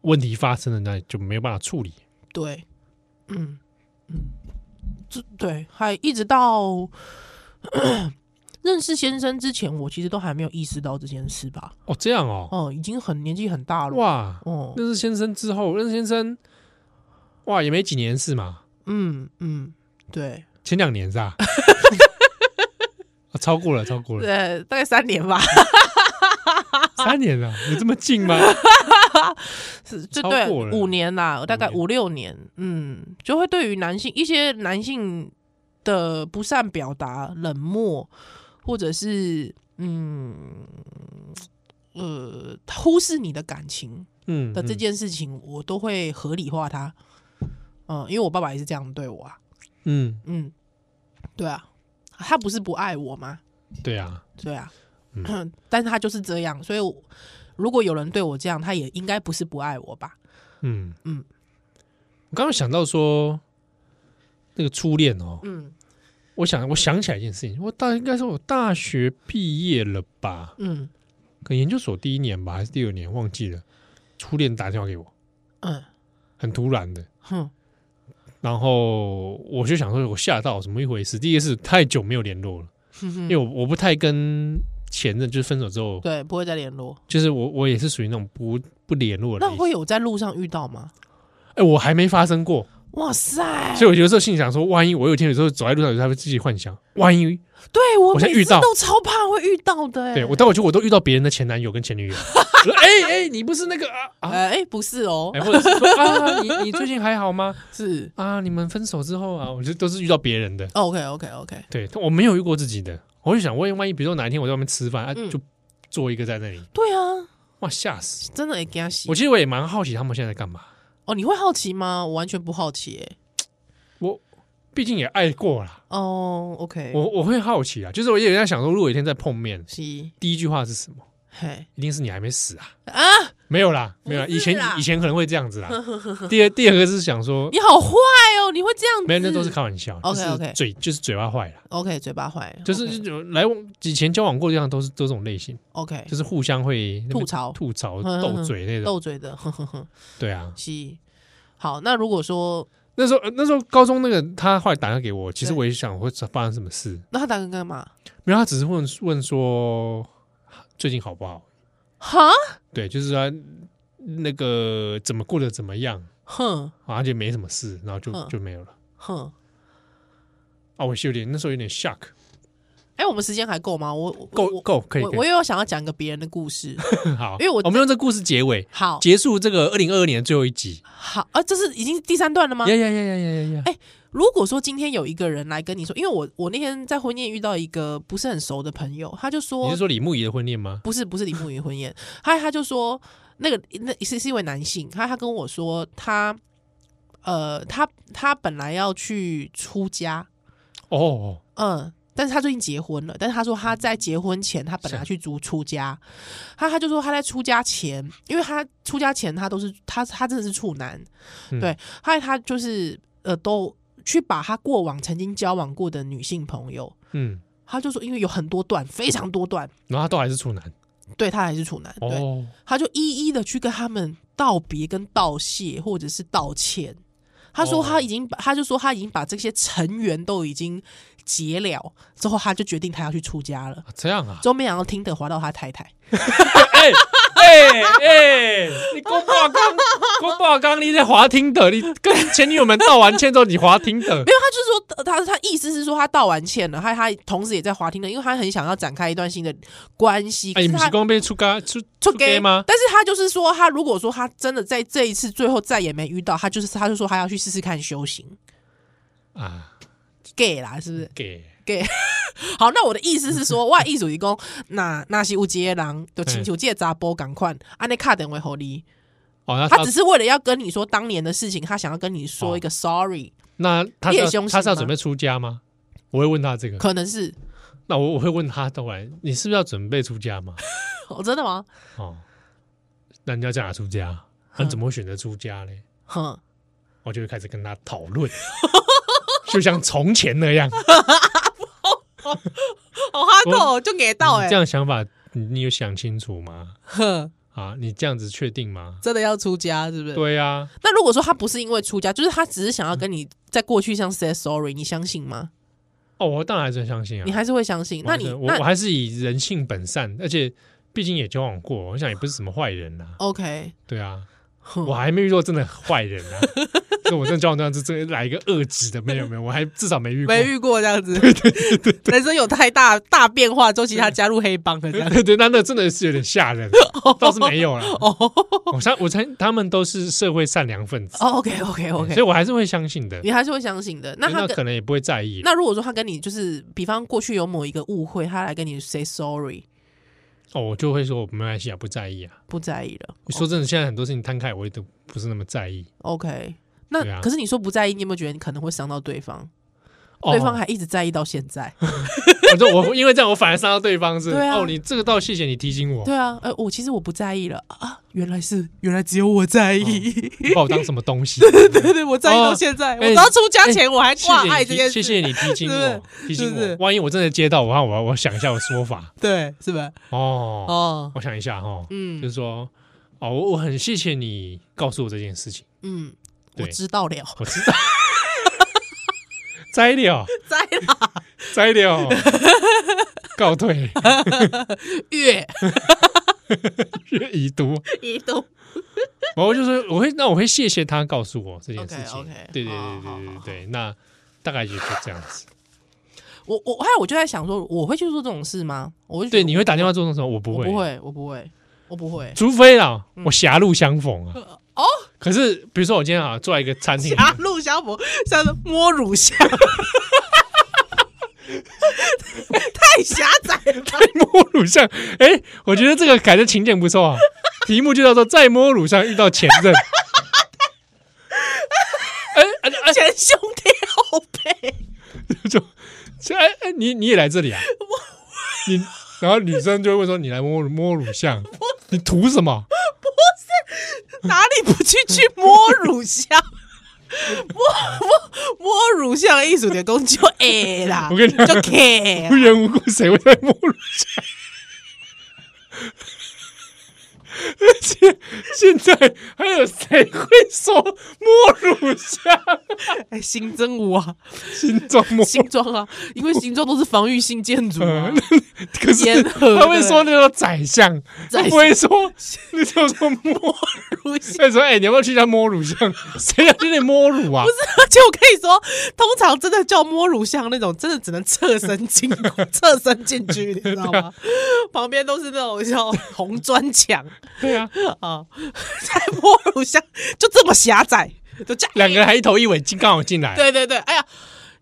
S2: 问题发生了，那就没有办法处理，
S3: 对，嗯嗯，这对，还一直到 认识先生之前，我其实都还没有意识到这件事吧。
S2: 哦，这样哦，
S3: 哦，已经很年纪很大了。，
S2: 哇，
S3: 哦，
S2: 认识先生之后，认识先生，哇，也没几年是嘛，
S3: 嗯嗯，对，
S2: 前两年是吧？ 啊超过了，超过了，
S3: 呃，大概三年吧，
S2: 三年了，有这么近 吗？
S3: 是这
S2: 超
S3: 对
S2: 过了
S3: 五年啦，大概
S2: 五年
S3: 五六年，嗯，就会对于男性一些男性的不善表达、冷漠，或者是嗯呃忽视你的感情，
S2: 嗯
S3: 的这
S2: 嗯
S3: 件事情，我都会合理化它。嗯，因为我爸爸也是这样对我啊，
S2: 嗯，
S3: 嗯，对啊，他不是不爱我吗？
S2: 对啊，
S3: 对啊，
S2: 嗯
S3: 但是他就是这样，所以我如果有人对我这样，他也应该不是不爱我吧？
S2: 嗯
S3: 嗯。
S2: 我刚刚想到说那个初恋哦，
S3: 嗯
S2: 我想我想起来一件事情，我大应该是我大学毕业了吧，
S3: 嗯
S2: 可能研究所第一年吧，还是第二年忘记了。初恋打电话给我，
S3: 嗯
S2: 很突然的，
S3: 哼
S2: 然后我就想说，我吓到，怎么一回事？第一个是太久没有联络了，
S3: 嗯哼
S2: 因
S3: 哼
S2: 为我我不太跟前任，就是分手之后，
S3: 对，不会再联络。
S2: 就是我我也是属于那种不不联络的
S3: 那
S2: 类型。
S3: 会有在路上遇到吗？
S2: 哎，我还没发生过，
S3: 哇塞！
S2: 所以我有时候心里想说，万一我有一天有时候走在路上，有时候还会自己幻想，万一
S3: 对我
S2: 我现在
S3: 每
S2: 遇
S3: 次
S2: 到
S3: 都超怕会遇到的、欸。
S2: 对我，但我觉得我都遇到别人的前男友跟前女友，我说哎哎，你不是那个啊
S3: 哎、
S2: 啊，
S3: 哎不是哦，
S2: 哎，或者是说啊，你你最近还好吗？
S3: 是哦
S2: 啊，你们分手之后啊，我觉得都是遇到别人的，
S3: OK OK OK，
S2: 对，但我没有遇过自己的，我就想，万一万一，比如说哪一天我在外面吃饭啊，
S3: 嗯
S2: 就坐一个在那里，
S3: 对啊，
S2: 哇，吓死！
S3: 真的也给他洗
S2: 我。其实我也蛮好奇他们现在在干嘛，
S3: 哦，你会好奇吗？我完全不好奇、欸。
S2: 我毕竟也爱过啦，
S3: 哦，OK，
S2: 我我会好奇啊，就是我也在想说，如果有一天再碰面，
S3: 是
S2: 第一句话是什么？
S3: 嘿
S2: 一定是你还没死啊？
S3: 啊，
S2: 没有啦，
S3: 不
S2: 没有啦，
S3: 是
S2: 以前
S3: 啦
S2: 以前可能会这样子 啦。第二第二个是想说，
S3: 你好坏哦，你会这 样子？
S2: 没有，那都是开玩笑，就是
S3: OK，OK
S2: 嘴就是嘴巴坏了，
S3: OK，嘴巴坏，
S2: 就是就来往以前交往过这样都是都这种类型。
S3: OK，
S2: 就是互相会那边
S3: 吐槽
S2: 吐槽、
S3: 嗯嗯嗯
S2: 斗嘴那种。
S3: 斗嘴的，呵呵呵，
S2: 对啊，
S3: 是。好，那如果说
S2: 那时候呃那时候高中那个他后来打电话给我，其实
S3: 对
S2: 我也想会发生什么事，
S3: 那他打算干嘛？
S2: 没有，他只是问问说最近好不好？
S3: 哈，
S2: 对，就是说那个怎么过得怎么样，啊
S3: 哼
S2: 而且没什么事，然后就
S3: 嗯
S2: 就没有了。
S3: 哼。
S2: 啊，我是有点那时候有点 shock，
S3: 哎、我们时间还够吗？我我
S2: 够
S3: 我
S2: 够可以，
S3: 我
S2: 可以
S3: 我也有想要讲一个别人的 故事。
S2: 好，
S3: 因为我
S2: 我们用这故事结尾，
S3: 好
S2: 结束这个二零二二年的最后一集。
S3: 好啊，这是已经第三段了吗
S2: 呀？呀呀呀呀呀呀！
S3: 哎如果说今天有一个人来跟你说，因为我我那天在婚宴遇到一个不是很熟的朋友，他就
S2: 你
S3: 说
S2: 是说李木仪的婚宴吗？
S3: 不是不是李慕云婚宴， 他他就说那个那是是一位男性，他他跟我说他呃他他本来要去出家，
S2: 哦哦，
S3: 嗯，但是他最近结婚了，但是他说他在结婚前他本来
S2: 是
S3: 去租出家，他他就说他在出家前，因为他出家前他都是他他真的是处男，
S2: 嗯
S3: 对，还他就是呃都去把他过往曾经交往过的女性朋友，
S2: 嗯，
S3: 他就说因为有很多段非常多段，
S2: 然后他都还是处男。
S3: 对他还是处男，对。
S2: 哦，
S3: 他就一一的去跟他们道别、跟道谢，或者是道歉。他说
S2: 哦
S3: 他已经把，他就说他已经把这些成员都已经结了之后，他就决定他要去出家了。
S2: 啊这样啊。
S3: 之后没想到听得滑到他太太，
S2: 哎哎哎，你郭宝刚，郭宝刚，你在滑听的，你跟前女友们道完歉之后，你滑听的
S3: 没，有，他就说呃他他意思是说他道完歉了，他他同时也在滑听的，因为他很想要展开一段新的关系。可
S2: 哎，
S3: 是
S2: 你不
S3: 他
S2: 是光被出家出
S3: 出
S2: 街吗？
S3: 但是他就是说，他如果说他真的在这一次最后再也没遇到，他就是他就说他要去试试看修行
S2: 啊，
S3: gay 啦，是不是？
S2: 给
S3: 好，那我的意思是 说，我的意思是讲，那那是有这个人，就请求这个查甫赶快，安尼卡电话互你。
S2: 哦，那
S3: 他
S2: 他
S3: 只是为了要跟你说当年的事情，他想要跟你说一个 sorry，、
S2: 那他是
S3: 夜
S2: 要
S3: 凶行
S2: 他是要
S3: 吗
S2: 准备出家吗？我会问他这个，
S3: 可能是
S2: 那我我会问他，当然，你是不是要准备出家吗？
S3: 哦，真的吗？
S2: 哦，那你要叫哪出家？那
S3: 嗯
S2: 你怎么会选择出家嘞？
S3: 哼，
S2: 我就会开始跟他讨论， 就像从前那样。
S3: 哦，哈狗就给 到哎、
S2: 你这样想法，你你有想清楚吗？
S3: 哼，
S2: 啊，你这样子确定吗？
S3: 真的要出家是不是？
S2: 对啊呀、
S3: 那如果说他不是因为出家，就是他只是想要跟你在过去像 say sorry，你相信吗？
S2: 哦，我当然还是很相信啊。
S3: 你还是会相信？
S2: 我
S3: 那
S2: 还是
S3: 你
S2: 我我
S3: 那
S2: 还是以人性本善，而且毕竟也交往过，我想也不是什么坏人呐、
S3: OK，
S2: 对啊，
S3: 哼
S2: 我还没遇到真的坏人 啊。那我真的交往这样子，真的来一个恶质的，没有没有，我还至少没遇过。
S3: 没遇过这样子，对对对人生有太大大变化之后，其实他加入黑帮了这 样。
S2: 对对，那那真的是有点吓人，啊
S3: 哦
S2: 倒是没有啦。我猜我猜他们都是社会善良分子，
S3: 哦，OK OK
S2: 所
S3: OK，
S2: 以我还是会相信的。
S3: 你还是会相信的。那他
S2: 那
S3: 跟
S2: 可能也不会在意。
S3: 那如果说他跟你就是，比方过去有某一个误会，他来跟你 say sorry，
S2: 哦，我就会说我没关系啊，不在意啊。
S3: 不在意了哦
S2: 你说真的，现在很多事情摊开，我也都不是那么在意。
S3: ，OK。那、
S2: 对啊
S3: 可是你说不在意，你有没有觉得你可能会伤到对方？
S2: 哦
S3: 对方还一直在意到 现在。
S2: 我说我因为这样我反而伤到对方是，
S3: 对啊
S2: 哦，你这个倒谢谢你提醒我，
S3: 对啊，呃，我其实我不在意了啊，原来是原来只有我在意，
S2: 你把我当什么东西？
S3: 对对对，我在意到
S2: 哦
S3: 现在，
S2: 哎
S3: 我到出家前我还
S2: 谢
S3: 挂
S2: 谢
S3: 爱
S2: 你
S3: 这
S2: 提，
S3: 件
S2: 谢
S3: 事，
S2: 谢你提醒
S3: 是
S2: 我，提醒
S3: 是不
S2: 我
S3: 是，
S2: 万一我真的接到，我看我我想一下我说法
S3: 对，是吧？
S2: 哦，
S3: 哦，
S2: 我想一下哈，就
S3: 嗯
S2: 是说，哦，我我很谢谢你告诉我这件事情，
S3: 嗯，我
S2: 对
S3: 知道了，
S2: 我知 道，摘了，
S3: 在了
S2: 摘了，哦 告退，
S3: 月
S2: 已读。
S3: 移动
S2: 然后就是我会，那我会谢谢他告诉我这件事情
S3: OK，OK，。
S2: 对对
S3: 好
S2: 对
S3: 好
S2: 对对
S3: 好
S2: 对，那大概也就这样子。
S3: 我我还有我就在想说，我会去做这种事吗？我就觉
S2: 对，
S3: 得
S2: 你会打电话做这种什么？我
S3: 我
S2: 不
S3: 我
S2: 会，嗯
S3: 不，会，嗯我不会，我不会。
S2: 除非啦，我狭路相逢
S3: 呃
S2: 啊。哦，可是比如说我今天啊，坐在一个餐 厅，
S3: 加入小博像是摸 乳香，太狭窄了。
S2: 摸乳巷，哎、我觉得这个改的情景不错啊。题目就叫做“在摸乳巷遇到前 任”哎。哎哎
S3: 前胸贴后背，
S2: 哎， 就就哎哎，你你也来这里啊？你然后女生就会问说：“你来摸摸乳巷，你图什么
S3: 哪里不去去摸 乳香？摸摸摸乳香艺术的工就 A 啦，
S2: 我跟你讲
S3: 就 K？”
S2: 无缘无故谁会在摸乳 巷？现现在还有谁会说摸乳巷？
S3: 哎，新增屋啊，
S2: 心 中摸
S3: 新庄啊，因为新庄都是防御性建筑 啊
S2: 嗯， 可是
S3: 烟盒
S2: 他会说那个宰相，他
S3: 宰相
S2: 不会说那叫做摸。
S3: 乳香。
S2: 他说：“哎、你要不要去一下摸乳巷？ 谁要去那里摸乳啊？”
S3: 而且我跟你说，通常真的叫摸乳巷那种，真的只能侧身进侧身进去，你知 道吗？旁边都是那种像红砖墙
S2: 对啊，
S3: 啊， 在摸乳巷就这么狭窄，就这样哎
S2: 两个人还一头一尾进，刚好进来。
S3: 对对对，哎呀，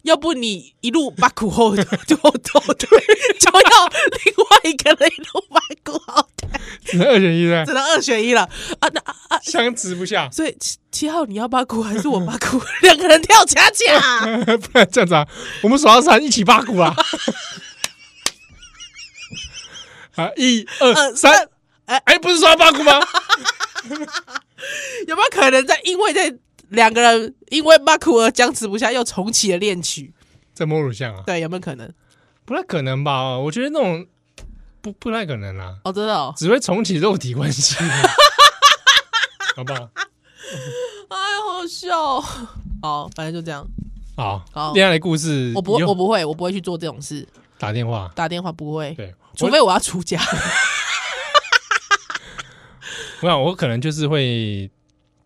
S3: 要不你一路把苦后就后退，就要另外一个人一路把苦后退，
S2: 只能二选一
S3: 只
S2: 的，
S3: 能二选一了啊！那啊啊，
S2: 相 持不下，
S3: 所以七七号你要把苦还是我把苦？ 两个人跳恰恰。
S2: 不然这样子啊，我们数到三一起八股啦。 啊，一二
S3: 二
S2: 三
S3: 呃三，
S2: 哎、不是说要八 股吗？
S3: 有没有可能在因为在两个人因为马库而僵持不下，又重启了恋曲？
S2: 在摸乳巷啊，
S3: 对，有没有可能？
S2: 不太可能吧？我觉得那种不不太可能啦、啊
S3: 哦，真的哦，
S2: 只会重启肉体关系， 好不好？
S3: 哎，好笑哦。好，反正就这样。
S2: 好，
S3: 好
S2: 恋爱的故事，
S3: 我不会，
S2: 以后
S3: 我不会，我不会去做这种事。
S2: 打电话，
S3: 打电话不会，
S2: 对，
S3: 除非我要出家。
S2: 我想我可能就是会，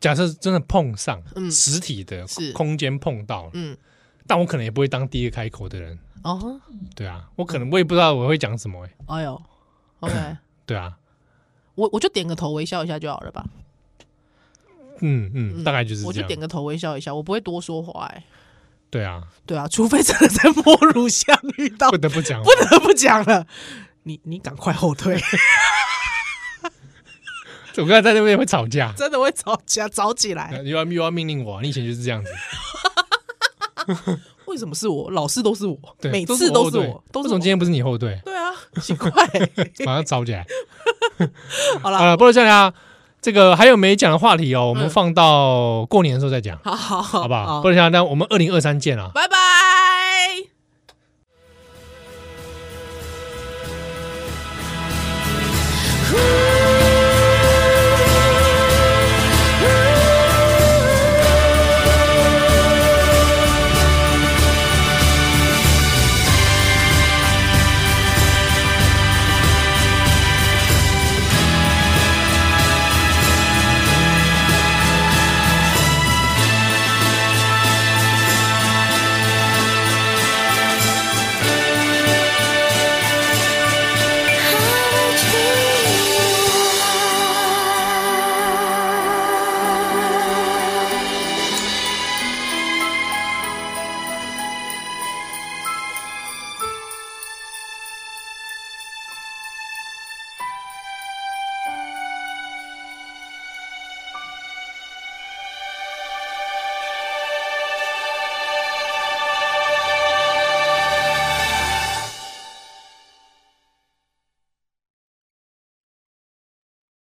S2: 假设真的碰上，
S3: 嗯
S2: 实体的
S3: 是
S2: 空间碰到了，
S3: 嗯，
S2: 但我可能也不会当第一个开口的人，
S3: 哦，
S2: 对啊，我可
S3: 嗯
S2: 能我也不知道我会讲什么、欸，
S3: 哎 呦，OK，
S2: 对啊，
S3: 我我就点个头微笑一下就好了吧。
S2: 嗯嗯，大概就是
S3: 我
S2: 这
S3: 就点
S2: 样，
S3: 个头微笑一下，我不会多说话。哎，
S2: 对啊，
S3: 对啊，除非真的在摸乳巷遇到
S2: 不，得不讲，啊
S3: 不得不讲了。你你赶快后退，
S2: 我刚才在那边会吵架，
S3: 真的会吵架，吵起来。
S2: 又要又要命令我，你以前就是这样子，
S3: 为什么是我？老是都是我，
S2: 对，
S3: 每次都是
S2: 我后
S3: 我
S2: 队，
S3: 都
S2: 为
S3: 是
S2: 什
S3: 我
S2: 么今。天不是你后 队？
S3: 对啊，奇怪、
S2: 马上吵起来。
S3: 好
S2: 好
S3: 了，
S2: 了，菠萝酱啊，这个还有没讲的话题哦，我们
S3: 嗯
S2: 放到过年的时候再讲，
S3: 好好好，
S2: 好不好？菠萝酱，那我们二零二三见啊！
S3: 拜拜。